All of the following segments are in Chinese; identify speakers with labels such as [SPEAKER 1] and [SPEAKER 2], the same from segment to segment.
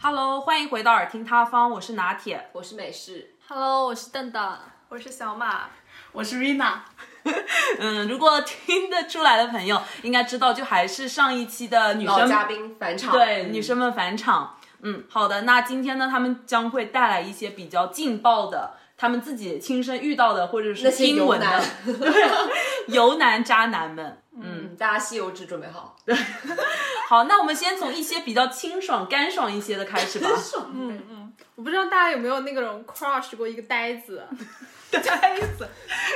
[SPEAKER 1] Hello，欢迎回到耳听他方，我是拿铁。
[SPEAKER 2] 我是美式，
[SPEAKER 3] Hello，我是蛋蛋。
[SPEAKER 4] 我是小马，
[SPEAKER 5] 我是 Rina，
[SPEAKER 1] 嗯，如果听得出来的朋友应该知道，就还是上一期的女
[SPEAKER 2] 老
[SPEAKER 1] 生
[SPEAKER 2] 嘉宾返场，嗯
[SPEAKER 1] 对女生们返场。嗯，好的，那今天呢，他们将会带来一些比较劲爆的，他们自己亲身遇到的或者
[SPEAKER 2] 那
[SPEAKER 1] 是
[SPEAKER 2] 些
[SPEAKER 1] 听
[SPEAKER 2] 油
[SPEAKER 1] 闻
[SPEAKER 2] 男
[SPEAKER 1] 的，对，油男渣男们。
[SPEAKER 2] 嗯，大家吸油纸准备好，
[SPEAKER 1] 好，那我们先从一些比较清爽、干爽一些的开始吧。
[SPEAKER 5] 嗯嗯，
[SPEAKER 4] 我不知道大家有没有那种 crush 过一个呆子，呆子，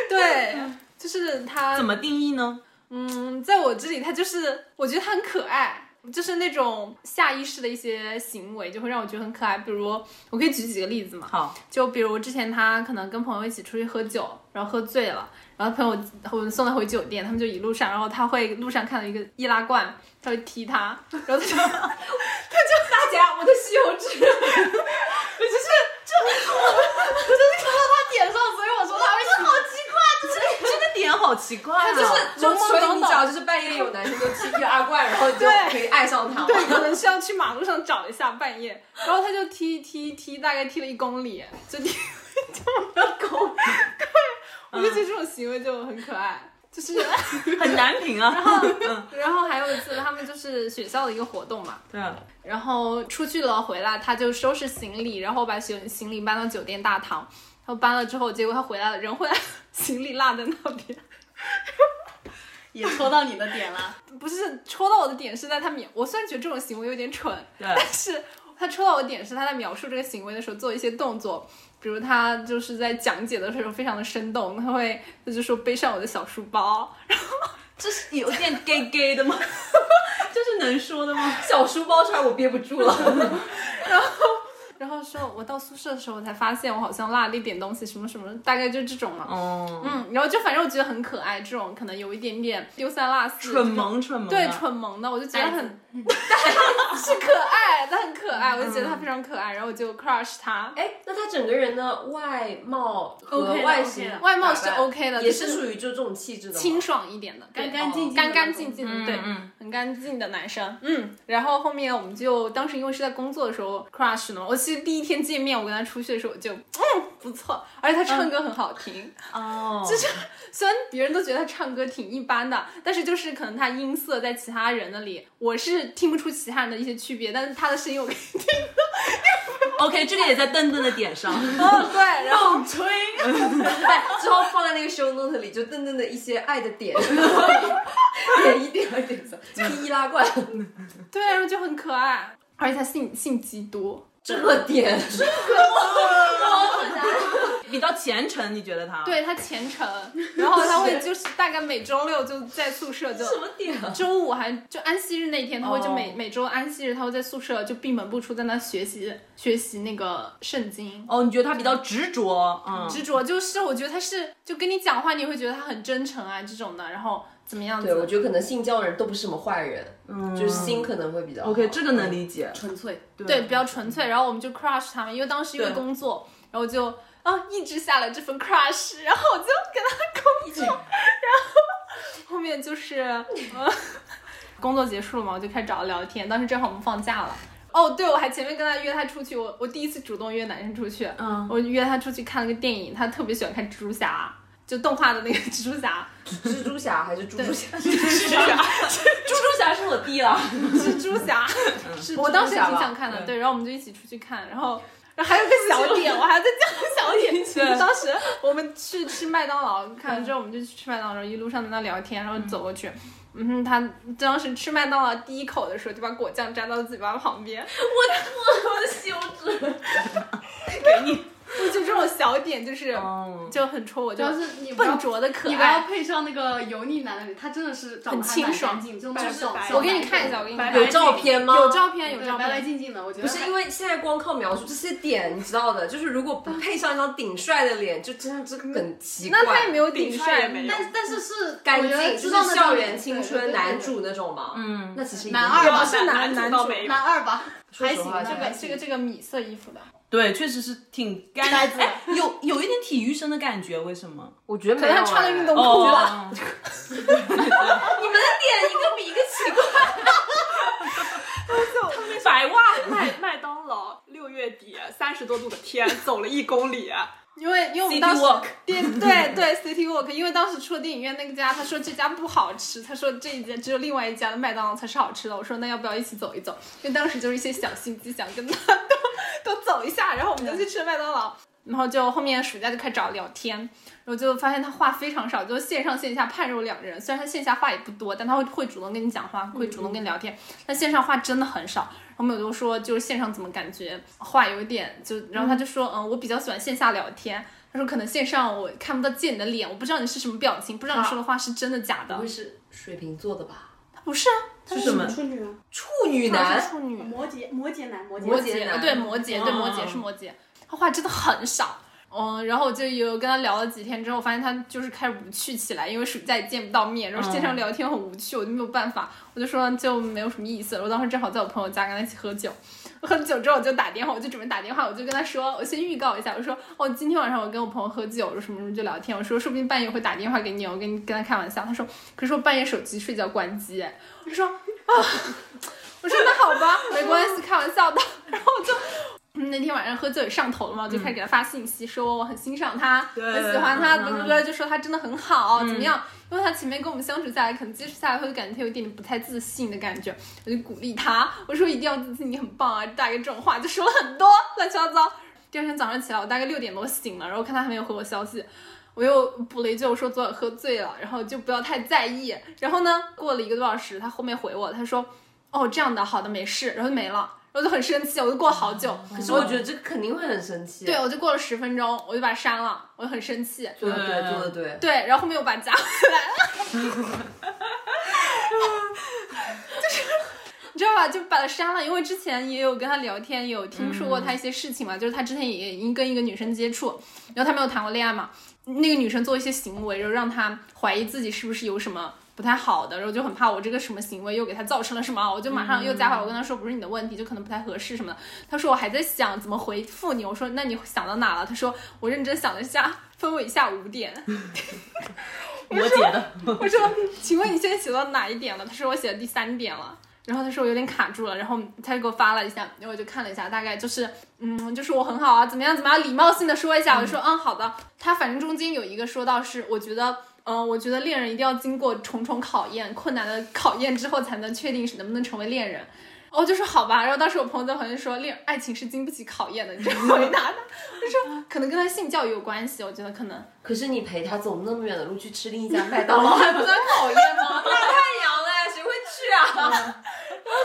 [SPEAKER 4] 对，就是他
[SPEAKER 1] 怎么定义呢？
[SPEAKER 4] 嗯，在我这里，他就是我觉得他很可爱，就是那种下意识的一些行为，就会让我觉得很可爱。比如，我可以举几个例子嘛，
[SPEAKER 1] 好，
[SPEAKER 4] 就比如之前他可能跟朋友一起出去喝酒，然后喝醉了，然后朋友我们送他回酒店，他们就一路上，然后他会路上看到一个易拉罐，他会踢他，然后他就 他就大家我的吸油纸，
[SPEAKER 5] 点上，所以我说他为什么
[SPEAKER 1] 这个点好奇怪、啊，
[SPEAKER 4] 他就是
[SPEAKER 2] 就
[SPEAKER 4] 懵懵
[SPEAKER 2] 所以
[SPEAKER 4] 懂
[SPEAKER 2] 你只要
[SPEAKER 4] 懂。
[SPEAKER 2] 就是半夜有男生就踢易拉罐，然后你就
[SPEAKER 4] 对
[SPEAKER 2] 可以爱上他
[SPEAKER 4] 对，
[SPEAKER 2] 了。
[SPEAKER 4] 可能是要去马路上找一下半夜，然后他就踢踢踢，大概踢了一公里，就踢 我就觉得这种行为就很可爱，就是，
[SPEAKER 1] 很难评啊。
[SPEAKER 4] 然后还有一次他们就是学校的一个活动嘛，
[SPEAKER 1] 对啊，
[SPEAKER 4] 然后出去了回来他就收拾行李，然后把行行李搬到酒店大堂，然后搬了之后，结果他回来了，人回来了，行李落在那边，
[SPEAKER 5] 也戳到你的点了？
[SPEAKER 4] 不是戳到我的点是在他描，我虽然觉得这种行为有点蠢，
[SPEAKER 1] 对啊
[SPEAKER 4] 但是他戳到我的点是他在描述这个行为的时候做一些动作。比如他就是在讲解的时候非常的生动，他会他就说背上我的小书包，
[SPEAKER 1] 这是有点 gay gay 的吗？这是能说的吗？
[SPEAKER 2] 小书包出来我憋不住了，
[SPEAKER 4] 然后说我到宿舍的时候，我才发现我好像落了一点东西，什么什么，大概就这种嘛。
[SPEAKER 1] 哦、
[SPEAKER 4] 嗯，然后就反正我觉得很可爱，这种可能有一点点丢三落四，
[SPEAKER 1] 蠢萌蠢萌的，啊
[SPEAKER 4] 对蠢萌的，我就觉得
[SPEAKER 5] 呆
[SPEAKER 4] 很，是可爱，他很可爱，我就
[SPEAKER 1] 嗯
[SPEAKER 4] 觉得他非常可爱，然后我就 crush 他。
[SPEAKER 2] 哎，那他整个人的外貌和
[SPEAKER 5] OK 的
[SPEAKER 2] 外形
[SPEAKER 5] OK 的
[SPEAKER 4] 外貌是
[SPEAKER 2] 打扮
[SPEAKER 4] OK 的
[SPEAKER 2] 也
[SPEAKER 4] 就是
[SPEAKER 2] 是属于这种气质的吗哦
[SPEAKER 4] 清爽一点的，对哦
[SPEAKER 5] 干干净净的
[SPEAKER 4] 干干净净的，对
[SPEAKER 1] 嗯，
[SPEAKER 4] 很干净的男生，嗯。然后后面我们就当时因为是在工作的时候 crush 呢，我其实第一天见面，我跟他出去的时候我就，嗯，不错，而且他
[SPEAKER 1] 嗯
[SPEAKER 4] 唱歌很好听，
[SPEAKER 1] 哦，就是
[SPEAKER 4] 虽然别人都觉得他唱歌挺一般的，但是就是可能他音色在其他人那里，我是听不出其他人的一些区别，但是他的声音我可以听。
[SPEAKER 1] OK，这个也在邓邓的点上，
[SPEAKER 4] 哦，对，然后
[SPEAKER 5] 吹，
[SPEAKER 2] 哎之后放在那个 show note 里，就噔噔的一些爱的点， 点一点二点 三，踢易拉罐，
[SPEAKER 4] 对，然后就很可爱，而且他信信基督，
[SPEAKER 2] 这个点
[SPEAKER 1] 比较虔诚，你觉得他？，
[SPEAKER 4] 啊对他虔诚，然后他会就是大概每周六就在宿舍就。
[SPEAKER 2] 什么点啊？
[SPEAKER 4] 周五还就安息日那天，他会就每、
[SPEAKER 1] 哦
[SPEAKER 4] 每周安息日，他会在宿舍就闭门不出，在那学习学习那个圣经。
[SPEAKER 1] 哦，你觉得他比较执着，嗯，
[SPEAKER 4] 执着，就是我觉得他是就跟你讲话，你会觉得他很真诚啊这种的，然后怎么样子？嗯
[SPEAKER 2] 对，我觉得可能性交人都不是什么坏人，就是心可能会比较好
[SPEAKER 1] OK，这个能理解，
[SPEAKER 5] 纯粹，对，
[SPEAKER 4] 对比较纯粹。然后我们就 crush 他们，因为当时因为
[SPEAKER 1] 对
[SPEAKER 4] 工作，然后就啊抑制下了这份 crush，然后我就跟他工 作，然后后面就是、呃工作结束了嘛，我就开始找他聊天。当时正好我们放假了。哦，对，我还前面跟他约他出去，我我第一次主动约男生出去，
[SPEAKER 1] 嗯
[SPEAKER 4] 我约他出去看了个电影，他特别喜欢看蜘蛛侠，就动画的那个 蜘蛛侠，
[SPEAKER 2] 蜘蛛侠还是猪猪 侠？
[SPEAKER 1] 猪猪侠是我弟了，
[SPEAKER 4] 蜘蛛侠，我当时也挺想看的，
[SPEAKER 1] 对
[SPEAKER 4] 对，然后我们就一起出去看，然后。然后还有个小点，我还在讲小点。就当时我们去吃麦当劳，看完之后我们就去吃麦当劳，然后一路上在那聊天，然后走过去。嗯哼，他当时吃麦当劳第一口的时候，就把果酱沾到嘴巴旁边。
[SPEAKER 1] 给你，
[SPEAKER 4] 就这种小点，就是
[SPEAKER 1] 哦，
[SPEAKER 4] 就很戳我，
[SPEAKER 5] 主
[SPEAKER 4] 就
[SPEAKER 5] 要是你不要
[SPEAKER 4] 笨拙的可
[SPEAKER 5] 你不要
[SPEAKER 4] 爱。
[SPEAKER 5] 配上那个油腻男的人，他真的是长
[SPEAKER 4] 很
[SPEAKER 5] 得
[SPEAKER 4] 清爽
[SPEAKER 5] 还蛮干净就那
[SPEAKER 4] 就
[SPEAKER 5] 种
[SPEAKER 4] 是
[SPEAKER 5] 小
[SPEAKER 4] 白我给你看一下我给你看
[SPEAKER 2] 有照，片吗？
[SPEAKER 4] 有照片，
[SPEAKER 5] 白
[SPEAKER 4] 有
[SPEAKER 5] 对
[SPEAKER 4] 照
[SPEAKER 5] 白白
[SPEAKER 4] 片。
[SPEAKER 5] 净净的，我觉得
[SPEAKER 2] 不是因为现在光靠描述这些点，你知道的，就是如果不配上一张顶帅的脸，就真的这个很奇怪。
[SPEAKER 4] 嗯那他也没有顶
[SPEAKER 1] 帅也
[SPEAKER 4] 帅，
[SPEAKER 1] 没有
[SPEAKER 5] 但是但是是
[SPEAKER 2] 嗯干
[SPEAKER 5] 我觉得
[SPEAKER 2] 净，就
[SPEAKER 5] 知道
[SPEAKER 2] 是
[SPEAKER 5] 那
[SPEAKER 2] 校
[SPEAKER 5] 种
[SPEAKER 2] 园青春男，主那种嘛。
[SPEAKER 1] 嗯
[SPEAKER 2] 那其实已经
[SPEAKER 5] 男二吧
[SPEAKER 4] 不是男
[SPEAKER 1] 男
[SPEAKER 4] 男
[SPEAKER 1] 主
[SPEAKER 4] 主
[SPEAKER 1] 倒，没
[SPEAKER 5] 对对对对对男二吧，
[SPEAKER 2] 说
[SPEAKER 4] 还
[SPEAKER 2] 实
[SPEAKER 4] 行，
[SPEAKER 2] 话，
[SPEAKER 4] 这
[SPEAKER 2] 还
[SPEAKER 4] 个这个这个米色衣服的，
[SPEAKER 1] 对，确实是挺干
[SPEAKER 5] 呆子
[SPEAKER 1] 哎有有一点体育生的感觉，为什么？
[SPEAKER 2] 我觉得
[SPEAKER 4] 可
[SPEAKER 2] 没有
[SPEAKER 4] 能他穿的
[SPEAKER 2] 哎
[SPEAKER 4] 运动
[SPEAKER 1] 哦
[SPEAKER 4] 裤吧。，
[SPEAKER 2] 你们的点一个比一个奇怪。
[SPEAKER 1] 百万。
[SPEAKER 6] 麦麦当劳六月底三十多度的天走了一公里，
[SPEAKER 4] 因为因为我
[SPEAKER 1] City
[SPEAKER 4] 们当时
[SPEAKER 1] walk
[SPEAKER 4] 对对对 City Walk，因为当时出了电影院那个家，他说这家不好吃，他说这一家只有另外一家的麦当劳才是好吃的。我说那要不要一起走一走？因为当时就是一些小心机，想跟他 都都走一下，然后我们就去吃了麦当劳。然后就后面暑假就开始找聊天，然后就发现他话非常少，就线上线下判若两人。虽然他线下话也不多，但他会会主动跟你讲话，会主动跟你聊天，但线上话真的很少。然后我们就说，就是线上怎么感觉话有一点就，然后他就说，嗯，我比较喜欢线下聊天。他说可能线上我看不到见你的脸，我不知道你是什么表情，不知道你说的话是真的假
[SPEAKER 2] 不
[SPEAKER 4] 的
[SPEAKER 2] 会。是水瓶座的 吧？
[SPEAKER 4] 他不是啊，他
[SPEAKER 1] 是什么？
[SPEAKER 5] 处女啊，
[SPEAKER 2] 处女
[SPEAKER 4] 他
[SPEAKER 2] 男
[SPEAKER 4] 是，处女，
[SPEAKER 5] 摩羯，摩羯男，摩羯
[SPEAKER 4] 摩
[SPEAKER 5] 男
[SPEAKER 4] 羯，
[SPEAKER 2] 羯
[SPEAKER 4] 呃
[SPEAKER 2] 男
[SPEAKER 4] 对摩羯，对摩羯
[SPEAKER 1] 哦
[SPEAKER 4] 是摩羯，他话真的很少。嗯，然后我就有跟他聊了几天之后，发现他就是开始无趣起来，因为暑假也见不到面，然后线上聊天很无趣，我就没有办法，我就说就没有什么意思了。我当时正好在我朋友家跟他一起喝酒，喝酒之后我就打电话，我就准备打电话，我就跟他说，我先预告一下，我说哦，今天晚上我跟我朋友喝酒，什么什么就聊天，我说说不定半夜会打电话给你，哦我跟你跟他开玩笑。他说，可是我半夜手机睡觉关机，我说啊， 我说那好 吧，没关系，开玩笑的。 然后我就。嗯那天晚上喝酒也上头了嘛，我就开始给他发信息，说我很欣赏他，
[SPEAKER 1] 嗯对
[SPEAKER 4] 很喜欢他，
[SPEAKER 1] 嗯
[SPEAKER 4] 不不不，就说他真的很好，怎么样？因为他前面跟我们相处下来，可能接触下来会感觉他有一点点不太自信的感觉，我就鼓励他，我说一定要自信，你很棒啊，大概这种话就说了很多乱七八糟。第二天早上起来，我大概六点多醒了，然后看他还没有回我消息，我又补了一句，我说昨晚喝醉了，然后就不要太在意。然后呢，过了一个多小时，他后面回我，他说哦这样的，好的，没事，然后就没了，然后就很生气，我就过了好久，
[SPEAKER 2] 可是我觉得这个肯定会很生气。
[SPEAKER 4] 对哦我就过了十分钟，我就把他删了，我就很生气。
[SPEAKER 2] 做的对，
[SPEAKER 1] 嗯
[SPEAKER 2] 做的对。
[SPEAKER 4] 对，然后后面我把他加回来了， 就是你知道吧，就把他删了，因为之前也有跟他聊天，有听说过他一些事情嘛，就是他之前也因跟一个女生接触，然后他没有谈过恋爱嘛，那个女生做一些行为，然后让他怀疑自己是不是有什么。不太好的，然后就很怕我这个什么行为又给他造成了什么，我就马上又加回来，我跟他说不是你的问题，就可能不太合适什么的。他说我还在想怎么回复你，我说那你想到哪了？他说我认真想了一下，分我一下五点。
[SPEAKER 1] 摩羯的，
[SPEAKER 4] 我说：“请问你现在写到哪一点了？”他说：“我写到第三点了。”然后他说我有点卡住了，然后他就给我发了一下，然后我就看了一下，大概就是，嗯，就是我很好啊，怎么样怎么样，礼貌性的说一下，我就说嗯好的。他反正中间有一个说到是，我觉得，嗯、我觉得恋人一定要经过重重考验、困难的考验之后，才能确定是能不能成为恋人。哦， 就说好吧，然后当时我朋友在旁边说，恋爱情是经不起考验的，你就回 答他，我说可能跟他性教育有关系，我觉得可能。
[SPEAKER 2] 可是你陪他走那么远的路去吃另一 家麦当劳，还 不算考验吗？大太阳嘞，谁会去啊？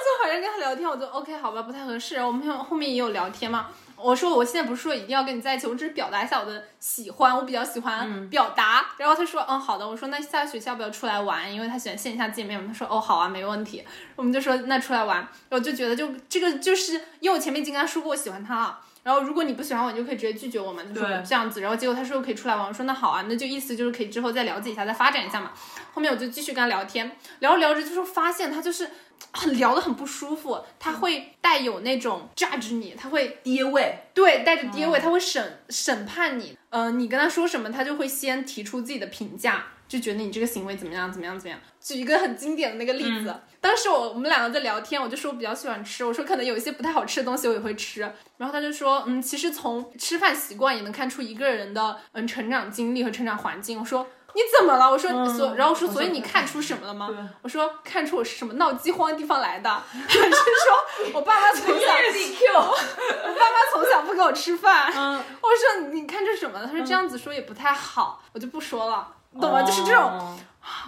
[SPEAKER 4] 就反正跟他聊天，我就 OK 好吧，不太合适。我们后后面也有聊天嘛，我说我现在不是说一定要跟你在一起，我只是表达一下我的喜欢，我比较喜欢表达。然后他说嗯好的，我说那下学期要不要出来玩？因为他喜欢线下见面嘛。他说哦好啊，没问题。我们就说那出来玩，我就觉得就这个就是因为我前面已经跟他说过我喜欢他了。然后如果你不喜欢我，你就可以直接拒绝我嘛，就说
[SPEAKER 1] 对
[SPEAKER 4] 这样子。然后结果他说可以出来玩，我说那好啊，那就意思就是可以之后再了解一下，再发展一下嘛。后面我就继续跟他聊天，聊着聊着就是发现他就是很聊得很不舒服，他会带有那种 judge 你，他会
[SPEAKER 1] 爹味，
[SPEAKER 4] 对，带着爹味，他会审审判你。呃，你跟他说什么，他就会先提出自己的评价，就觉得你这个行为怎么样，怎么样，怎么样。举一个很经典的那个例子，当时我我们两个在聊天，我就说我比较喜欢吃，我说可能有一些不太好吃的东西我也会吃。然后他就说，嗯，其实从吃饭习惯也能看出一个人的嗯成长经历和成长环境。我说。你怎么了？我说，所、然嗯后我说，所以你看出什么了吗？我说看出我是什么闹饥荒的地方来的， 还是说我爸妈从小我爸妈从小不给我吃饭。我说你看这什么？他说这样子说也不太好，我就不说了，懂吗？啊就是这种，
[SPEAKER 1] 哦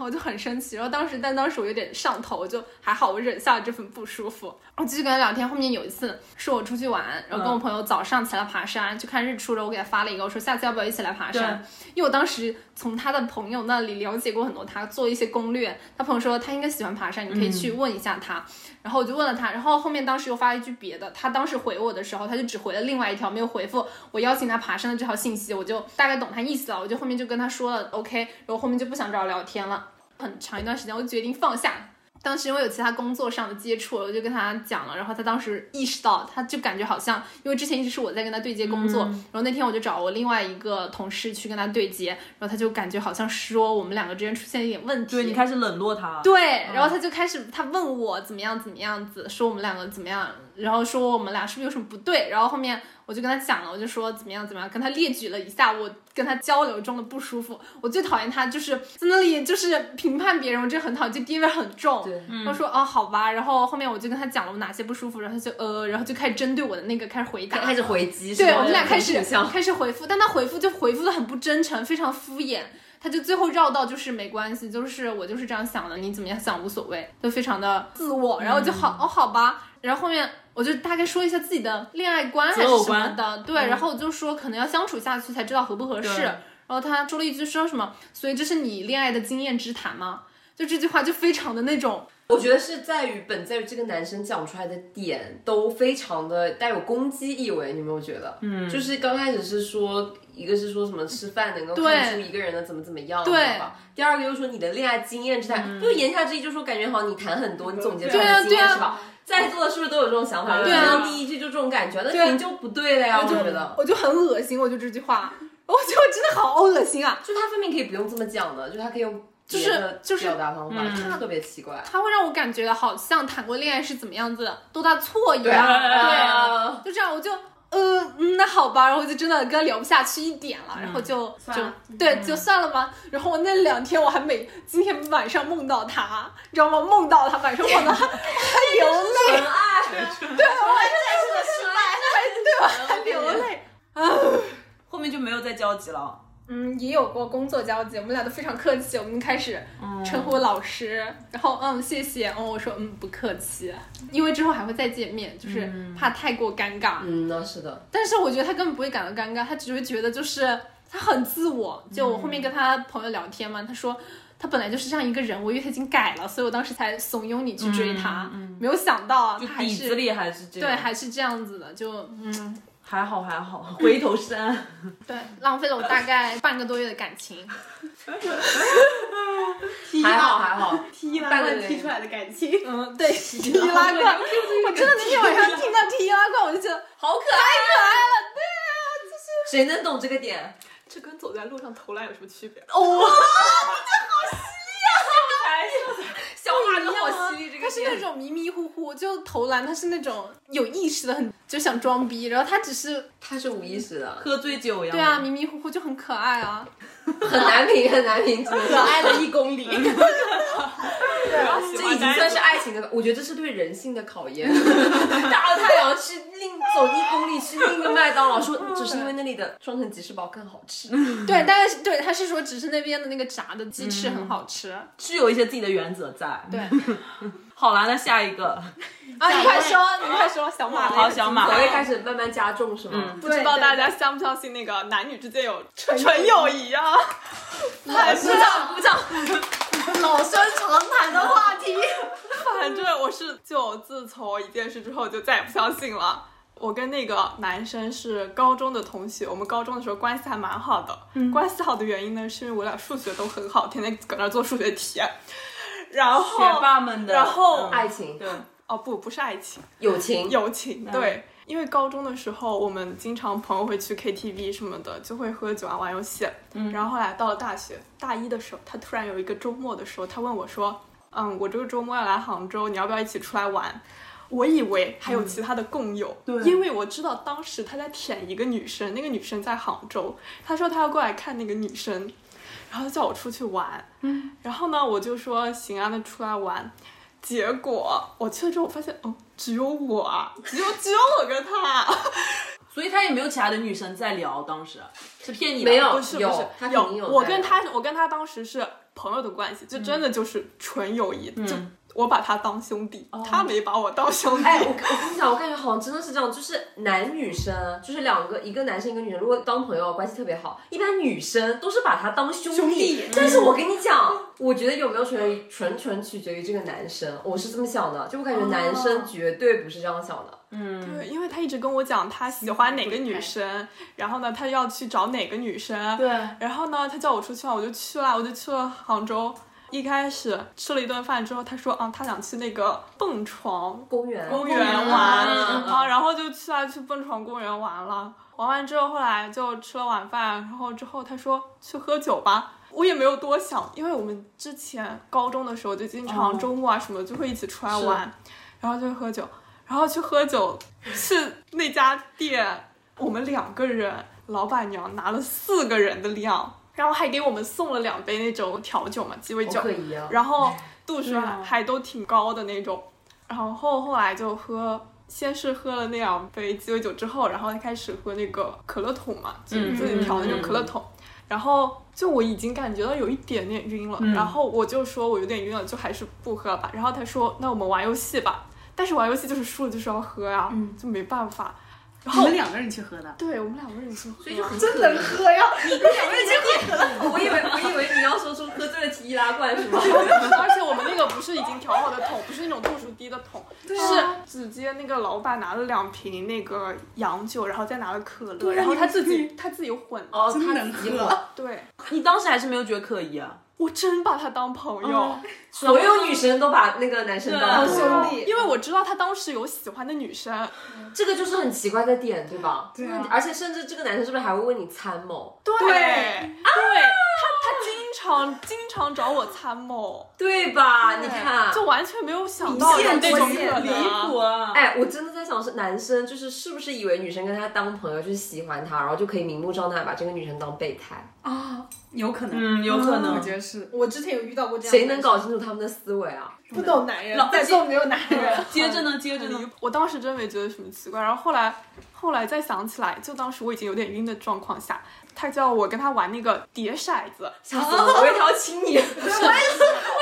[SPEAKER 4] 我就很生气。然后当时，但当时我有点上头，我就还好，我忍下了这份不舒服。我继续跟他聊天。后面有一次是我出去玩，然后跟我朋友早上起来爬山，去看日出，然后我给他发了一个，我说下次要不要一起来爬山？因为我当时从他的朋友那里了解过很多他做一些攻略，他朋友说他应该喜欢爬山，你可以去问一下他。然后我就问了他，然后后面当时又发了一句别的，他当时回我的时候，他就只回了另外一条，没有回复我邀请他爬山的这条信息，我就大概懂他意思了，我就后面就跟他说了 OK，然后后面就不想找他聊天了，很长一段时间我就决定放下。当时因为有其他工作上的接触，我就跟他讲了，然后他当时意识到，他就感觉好像，因为之前一直是我在跟他对接工作，
[SPEAKER 1] 嗯
[SPEAKER 4] 然后那天我就找我另外一个同事去跟他对接，然后他就感觉好像说我们两个之间出现了一点问题，
[SPEAKER 1] 对你开始冷落他，
[SPEAKER 4] 对，然后他就开始他问我怎么样怎么样子，说我们两个怎么样，然后说我们俩是不是有什么不对，然后后面我就跟他讲了，我就说怎么样怎么样，跟他列举了一下我跟他交流中的不舒服。我最讨厌他就是在那里就是评判别人，我这很讨厌，就地位很重。
[SPEAKER 2] 对，
[SPEAKER 4] 他说哦好吧，然后后面我就跟他讲了我哪些不舒服，然后他就呃，然后就开始针对我的那个开始回答，
[SPEAKER 2] 开始回击，
[SPEAKER 4] 对
[SPEAKER 2] 是吧
[SPEAKER 4] 我们俩
[SPEAKER 2] 就
[SPEAKER 4] 开
[SPEAKER 2] 很
[SPEAKER 4] 始
[SPEAKER 2] 互相
[SPEAKER 4] 开始回复，但他回复就回复的很不真诚，非常敷衍。他就最后绕到就是没关系，就是我就是这样想的，你怎么样想无所谓，就非常的自我。然后就好、
[SPEAKER 1] 嗯
[SPEAKER 4] 哦好吧，然后后面我就大概说一下自己的恋爱观还是
[SPEAKER 1] 择偶
[SPEAKER 4] 什么
[SPEAKER 1] 观嗯
[SPEAKER 4] 的，对，然后我就说可能要相处下去才知道合不合适。
[SPEAKER 1] 对
[SPEAKER 4] 然后他说了一句说什么，所以这是你恋爱的经验之谈吗？就这句话就非常的那种，
[SPEAKER 2] 我觉得是在于本在于这个男生讲出来的点都非常的带有攻击意味，你有没有觉得？嗯，就是刚开始是说，一个是说什么吃饭能够看出一个人的怎么怎么样，
[SPEAKER 4] 对
[SPEAKER 2] 好不好第二个又说你的恋爱经验之谈，就言下之意就说感觉好像你谈很多，你总结出来的经
[SPEAKER 4] 对啊对
[SPEAKER 2] 验
[SPEAKER 4] 啊
[SPEAKER 2] 是吧？在座的是不是都有这种想法？
[SPEAKER 1] 对
[SPEAKER 4] 啊
[SPEAKER 2] 可能第一句就这种感觉，那肯定就不对了呀，我觉得。
[SPEAKER 4] 我就很恶心，我就这句话，我觉得我真的好恶心啊！
[SPEAKER 2] 就他分明可以不用这么讲的，就他可以用别的
[SPEAKER 4] 就是就是
[SPEAKER 2] 表达方法，特别奇怪。
[SPEAKER 4] 他会让我感觉好像谈过恋爱是怎么样子多大错一样，对
[SPEAKER 2] 啊
[SPEAKER 4] 就这样我就。呃，嗯那好吧，然后就真的跟他聊不下去一点了，然后就
[SPEAKER 5] 算了
[SPEAKER 4] 就对，就算了吧。然后我那两天我还每今天晚上梦到他，你知道吗？梦到他，晚上梦到他，我还流泪，
[SPEAKER 2] 纯爱，
[SPEAKER 4] 对，我还
[SPEAKER 2] 纯
[SPEAKER 4] 对我
[SPEAKER 5] 哎
[SPEAKER 4] 还流泪。
[SPEAKER 1] 后面就没有再交集了。
[SPEAKER 4] 嗯，也有过工作交集，我们俩都非常客气，我们开始
[SPEAKER 1] 嗯
[SPEAKER 4] 称呼老师，然后嗯谢谢，嗯我说嗯不客气，因为之后还会再见面，就是
[SPEAKER 1] 嗯
[SPEAKER 4] 怕太过尴尬。
[SPEAKER 2] 嗯，那是的，
[SPEAKER 4] 但是我觉得他根本不会感到尴尬，他只会觉得就是他很自我。就我后面跟他朋友聊天嘛，他说他本来就是这样一个人，我以为他已经改了，所以我当时才怂恿你去追他，没有想到啊
[SPEAKER 1] 嗯就
[SPEAKER 4] 他还
[SPEAKER 1] 底子
[SPEAKER 4] 是
[SPEAKER 1] 里还是这
[SPEAKER 4] 对
[SPEAKER 1] 样，
[SPEAKER 4] 还是这样子的，就嗯
[SPEAKER 1] 还好还好， 回头是岸。
[SPEAKER 4] 对，浪费了我大概半个多月的感情。
[SPEAKER 2] 还好还好，
[SPEAKER 5] 踢
[SPEAKER 2] 大
[SPEAKER 5] 拉
[SPEAKER 2] 概
[SPEAKER 5] 罐
[SPEAKER 2] 这
[SPEAKER 5] 踢
[SPEAKER 2] 个
[SPEAKER 5] 出来的感情，
[SPEAKER 4] 嗯，对，提拉罐，我真的那天晚上听到提拉罐，我就觉得
[SPEAKER 2] 好可
[SPEAKER 4] 啊
[SPEAKER 2] 爱，谁能懂这个点？
[SPEAKER 5] 这跟走在路上投篮有什么区别？
[SPEAKER 2] 小马就好犀利，这
[SPEAKER 4] 啊他
[SPEAKER 2] 个
[SPEAKER 4] 是那
[SPEAKER 2] 点。
[SPEAKER 4] 种迷迷糊糊，就投篮，他是那种有意识的很，就想装逼，然后他只是
[SPEAKER 2] 他是无意识的，
[SPEAKER 1] 喝醉酒呀。
[SPEAKER 4] 对
[SPEAKER 5] 嗯
[SPEAKER 4] 啊，迷迷糊糊就很可爱啊。
[SPEAKER 2] 很难评，很难评，可爱的一公 里，这
[SPEAKER 5] 这
[SPEAKER 2] 已经算是爱情的，我觉得这是对人性的考验。大太阳去另走一公里去另一个麦当劳，说嗯只是因为那里的双层吉士堡更好吃。
[SPEAKER 5] 嗯
[SPEAKER 4] 对，但是对，他是说只是那边的那个炸的鸡翅很好吃。
[SPEAKER 5] 嗯
[SPEAKER 1] 是有一些自己的原则在。
[SPEAKER 4] 对，
[SPEAKER 1] 好啦，那下一个，
[SPEAKER 4] 啊，你快说，
[SPEAKER 5] 嗯
[SPEAKER 4] 你快说，小马嘞，
[SPEAKER 1] 好小马
[SPEAKER 2] 口味开始慢慢加重是吗？
[SPEAKER 5] 不知道大家相不相信那个男女之间有纯友 谊啊？还是
[SPEAKER 2] 鼓掌鼓掌，
[SPEAKER 4] 老生常谈的话题。
[SPEAKER 5] 反正我是就自从一件事之后就再也不相信了。我跟那个男生是高中的同学，我们高中的时候关系还蛮好的。
[SPEAKER 1] 嗯
[SPEAKER 5] 关系好的原因呢，是因为我俩数学都很好，天天搁那儿做数学题。然后，
[SPEAKER 1] 学霸们的，
[SPEAKER 5] 然后
[SPEAKER 1] 嗯
[SPEAKER 2] 爱情、
[SPEAKER 5] 哦不，不是爱情，
[SPEAKER 2] 友情、
[SPEAKER 5] 友情。啊对，因为高中的时候，我们经常朋友会去 KTV 什么的，就会喝酒啊，玩游戏。嗯，然后后来到了大学大一的时候，他突然有一个周末的时候，他问我说：“嗯，我这个周末要来杭州，你要不要一起出来玩？”我以为还有其他的共友，嗯对因为我知道当时他在舔一个女生，那个女生在杭州，他说他要过来看那个女生，然后叫我出去玩，嗯，然后呢，我就说行啊，那出来玩，结果我去了之后，我发现，哦，只有我啊，只有只有我跟他，
[SPEAKER 1] 所以他也没有其他的女生在聊，当时是骗你的
[SPEAKER 2] 没有
[SPEAKER 5] 不是不是
[SPEAKER 2] 有，他肯
[SPEAKER 5] 有
[SPEAKER 2] 定有
[SPEAKER 5] 我
[SPEAKER 2] 在
[SPEAKER 5] 跟他我跟他当时是朋友的关系，就真的就是纯友谊，
[SPEAKER 2] 嗯
[SPEAKER 5] 就我把他当兄弟，他没把我当兄
[SPEAKER 2] 哦
[SPEAKER 5] 弟。
[SPEAKER 2] 哎，我我跟你讲，我感觉好像真的是这样，就是男女生，就是两个，一个男生一个女生，如果当朋友关系特别好，一般女生都是把他当兄弟。但是我跟你讲，我觉得有没有纯友谊，纯纯取决于这个男生，我是这么想的，就我感觉男生绝对不是这样想的。
[SPEAKER 5] 对， 因为他一直跟我讲他喜欢哪个女生，然后呢，他要去找哪个女生，对，然后呢，他叫我出去玩，我就去了，我就去了杭州。
[SPEAKER 4] 一开始吃了一顿饭之后，他说啊，他想去那个蹦床
[SPEAKER 2] 公园，
[SPEAKER 4] 公
[SPEAKER 1] 园
[SPEAKER 4] 园
[SPEAKER 1] 玩
[SPEAKER 4] 玩
[SPEAKER 1] 嗯
[SPEAKER 4] 啊，然后就去啊去蹦床公园玩了。玩完之后，后来就吃了晚饭，然后之后他说去喝酒吧。我也没有多想，因为我们之前高中的时候就经
[SPEAKER 1] 哦
[SPEAKER 4] 常周末啊什么的就会一起出来玩，然后就喝酒，然后去喝酒，去那家店，我们两个人，老板娘拿了四个人的量，然后还给我们送了两杯那种调酒嘛，鸡尾酒
[SPEAKER 2] 好可，疑啊！
[SPEAKER 4] 嗯然后度数
[SPEAKER 1] 对啊
[SPEAKER 4] 还还都挺高的那种。然后后来就喝，先是喝了那两杯鸡尾酒之后，然后开始喝那个可乐桶嘛，就是自己调的那种可乐桶。然后就我已经感觉到有一点点晕了，然后我就说我有点晕了，就还是不喝吧。然后他说那我们玩游戏吧，但是玩游戏就是输了就是要喝呀、就没办法。然
[SPEAKER 3] 你
[SPEAKER 4] 后
[SPEAKER 3] 们两个人去喝的，
[SPEAKER 4] 嗯对我们两个人就
[SPEAKER 2] 所以就很
[SPEAKER 5] 真能喝呀！
[SPEAKER 2] 我以为我以为你要说出喝醉了提易拉罐是吗？
[SPEAKER 4] 而且我们那个不是已经调好的桶，不是那种度数低的桶，是直接那个老板拿了两瓶那个洋酒，然后再拿了可乐，
[SPEAKER 3] 啊
[SPEAKER 4] 然后他自己他自己混了。
[SPEAKER 2] 哦，
[SPEAKER 3] 真
[SPEAKER 2] 他
[SPEAKER 3] 能
[SPEAKER 2] 自己
[SPEAKER 3] 喝
[SPEAKER 2] 火，
[SPEAKER 4] 对，
[SPEAKER 1] 你当时还是没有觉得可疑啊？
[SPEAKER 4] 我真把他当朋友，
[SPEAKER 2] 所有女生都把那个男生当
[SPEAKER 1] 对
[SPEAKER 2] 朋
[SPEAKER 1] 啊
[SPEAKER 2] 友
[SPEAKER 5] 兄，弟，
[SPEAKER 4] 因为我知道他当时有喜欢的女生。
[SPEAKER 2] 这个就是很奇怪的点，对吧？
[SPEAKER 3] 对啊
[SPEAKER 2] 而且甚至这个男生是不是还会问你参谋？
[SPEAKER 4] 对啊对，他他经常经常找我参谋，
[SPEAKER 2] 对吧？你看，
[SPEAKER 4] 就完全没有想到有
[SPEAKER 3] 线
[SPEAKER 4] 那
[SPEAKER 3] 多
[SPEAKER 4] 种
[SPEAKER 3] 线
[SPEAKER 4] 可
[SPEAKER 1] 离
[SPEAKER 4] 能
[SPEAKER 1] 谱。啊！
[SPEAKER 2] 哎，我真的在想，是男生就是是不是以为女生跟他当朋友，就是喜欢他，然后就可以明目张胆把这个女生当备胎？
[SPEAKER 5] 啊，
[SPEAKER 3] 有可能，
[SPEAKER 1] 嗯，有可能
[SPEAKER 3] 我觉。得是。
[SPEAKER 5] 我之前有遇到过这样，
[SPEAKER 2] 谁能搞清楚他们的思维啊？
[SPEAKER 5] 不懂男人
[SPEAKER 1] 老，
[SPEAKER 5] 在座没有男人，
[SPEAKER 1] 接着呢，接着呢，
[SPEAKER 4] 我当时真没觉得什么奇怪，然后后来后来再想起来，就当时我已经有点晕的状况下，他叫我跟他玩那个叠骰子，
[SPEAKER 2] 吓死我了！我以为他要亲你，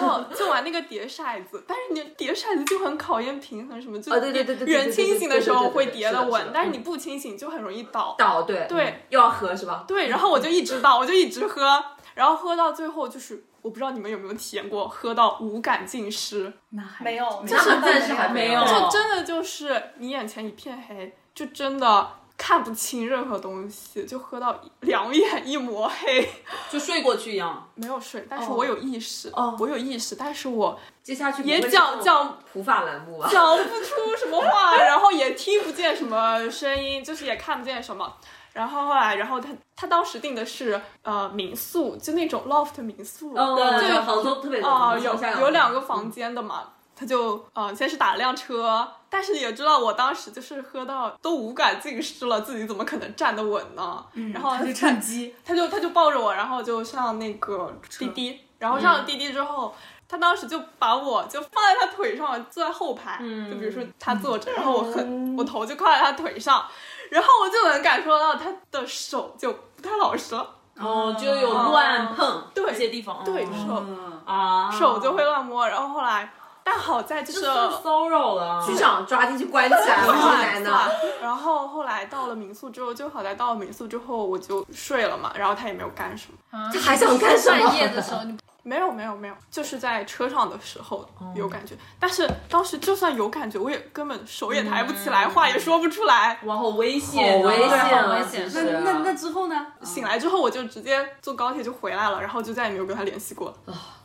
[SPEAKER 4] 哦，就玩那个叠骰子，但是你叠骰子就很考验平衡，什么就
[SPEAKER 2] 啊对对对对对
[SPEAKER 4] 人
[SPEAKER 2] 对对
[SPEAKER 4] 清醒的时
[SPEAKER 2] 对
[SPEAKER 4] 候
[SPEAKER 2] 对对
[SPEAKER 4] 会
[SPEAKER 2] 对
[SPEAKER 4] 叠
[SPEAKER 2] 是的
[SPEAKER 4] 的
[SPEAKER 2] 是
[SPEAKER 4] 稳
[SPEAKER 2] 的，嗯
[SPEAKER 4] 但是你不清醒就很容易倒。
[SPEAKER 2] 倒对嗯
[SPEAKER 4] 对，
[SPEAKER 2] 又要喝是吧？
[SPEAKER 4] 对，然后我就一直倒，我就一直喝，然后喝到最后就是，我不知道你们有没有体验过，喝到无感尽失，
[SPEAKER 3] 那还
[SPEAKER 5] 没有
[SPEAKER 3] 没
[SPEAKER 5] 就
[SPEAKER 3] 有
[SPEAKER 5] 是
[SPEAKER 2] 暂时还
[SPEAKER 1] 没有
[SPEAKER 4] 就真的就是你眼前一片黑，就真的看不清任何东西，就喝到两眼一抹黑，
[SPEAKER 1] 就睡过去一样。
[SPEAKER 4] 没有睡，但是
[SPEAKER 1] 哦
[SPEAKER 4] 我有意识，
[SPEAKER 1] 哦
[SPEAKER 4] 我有意识，但是我
[SPEAKER 2] 接下去
[SPEAKER 4] 也讲讲
[SPEAKER 2] 普法啊栏目吧。
[SPEAKER 4] 讲不出什么话，然后也听不见什么声音，就是也看不见什么。然后后来，然后他他当时订的是呃民宿，就那种 loft 民宿，哦、
[SPEAKER 2] 对，
[SPEAKER 4] 就
[SPEAKER 2] 杭州特别
[SPEAKER 4] 啊、
[SPEAKER 2] 多
[SPEAKER 4] 有有两个房间的嘛。他就呃先是打了辆车，但是也知道我当时就是喝到都无感尽失了，自己怎么可能站得稳呢？然后
[SPEAKER 3] 嗯他就趁机，
[SPEAKER 4] 他就他就抱着我，然后就上那个滴滴，然后上
[SPEAKER 3] 嗯
[SPEAKER 4] 了滴滴之后，他当时就把我就放在他腿上，坐在后排，
[SPEAKER 3] 嗯
[SPEAKER 4] 就比如说他坐着，然后我很我头就靠在他腿上，然后我就能感受到他的手就不太老实了，
[SPEAKER 1] 哦，就有乱碰
[SPEAKER 4] 对
[SPEAKER 1] 一些地方，
[SPEAKER 4] 对
[SPEAKER 1] 哦
[SPEAKER 4] 手
[SPEAKER 3] 嗯，
[SPEAKER 1] 啊，
[SPEAKER 4] 手就会乱摸，然后后来，但好在就
[SPEAKER 1] 这
[SPEAKER 4] 是
[SPEAKER 1] 算骚扰了。
[SPEAKER 2] 局长抓进去关起来了，好难啊呐！
[SPEAKER 4] 然后后来到了民宿之后，就好在到了民宿之后我就睡了嘛，然后他也没有干什么。
[SPEAKER 2] 这还想干什
[SPEAKER 5] 半夜
[SPEAKER 2] 么？
[SPEAKER 5] 的时候，你
[SPEAKER 4] 没有没有没有，就是在车上的时候有感觉，但是当时就算有感觉，我也根本手也抬不起来，话也说不出来。
[SPEAKER 1] 哇，好危险
[SPEAKER 2] 好
[SPEAKER 1] 啊，
[SPEAKER 2] 危
[SPEAKER 1] 对
[SPEAKER 2] 险
[SPEAKER 1] 好
[SPEAKER 2] 啊！
[SPEAKER 1] 危
[SPEAKER 2] 其
[SPEAKER 3] 那
[SPEAKER 2] 实
[SPEAKER 3] 那那之后呢？
[SPEAKER 4] 醒来之后，我就直接坐高铁就回来了，然后就再也没有跟他联系过。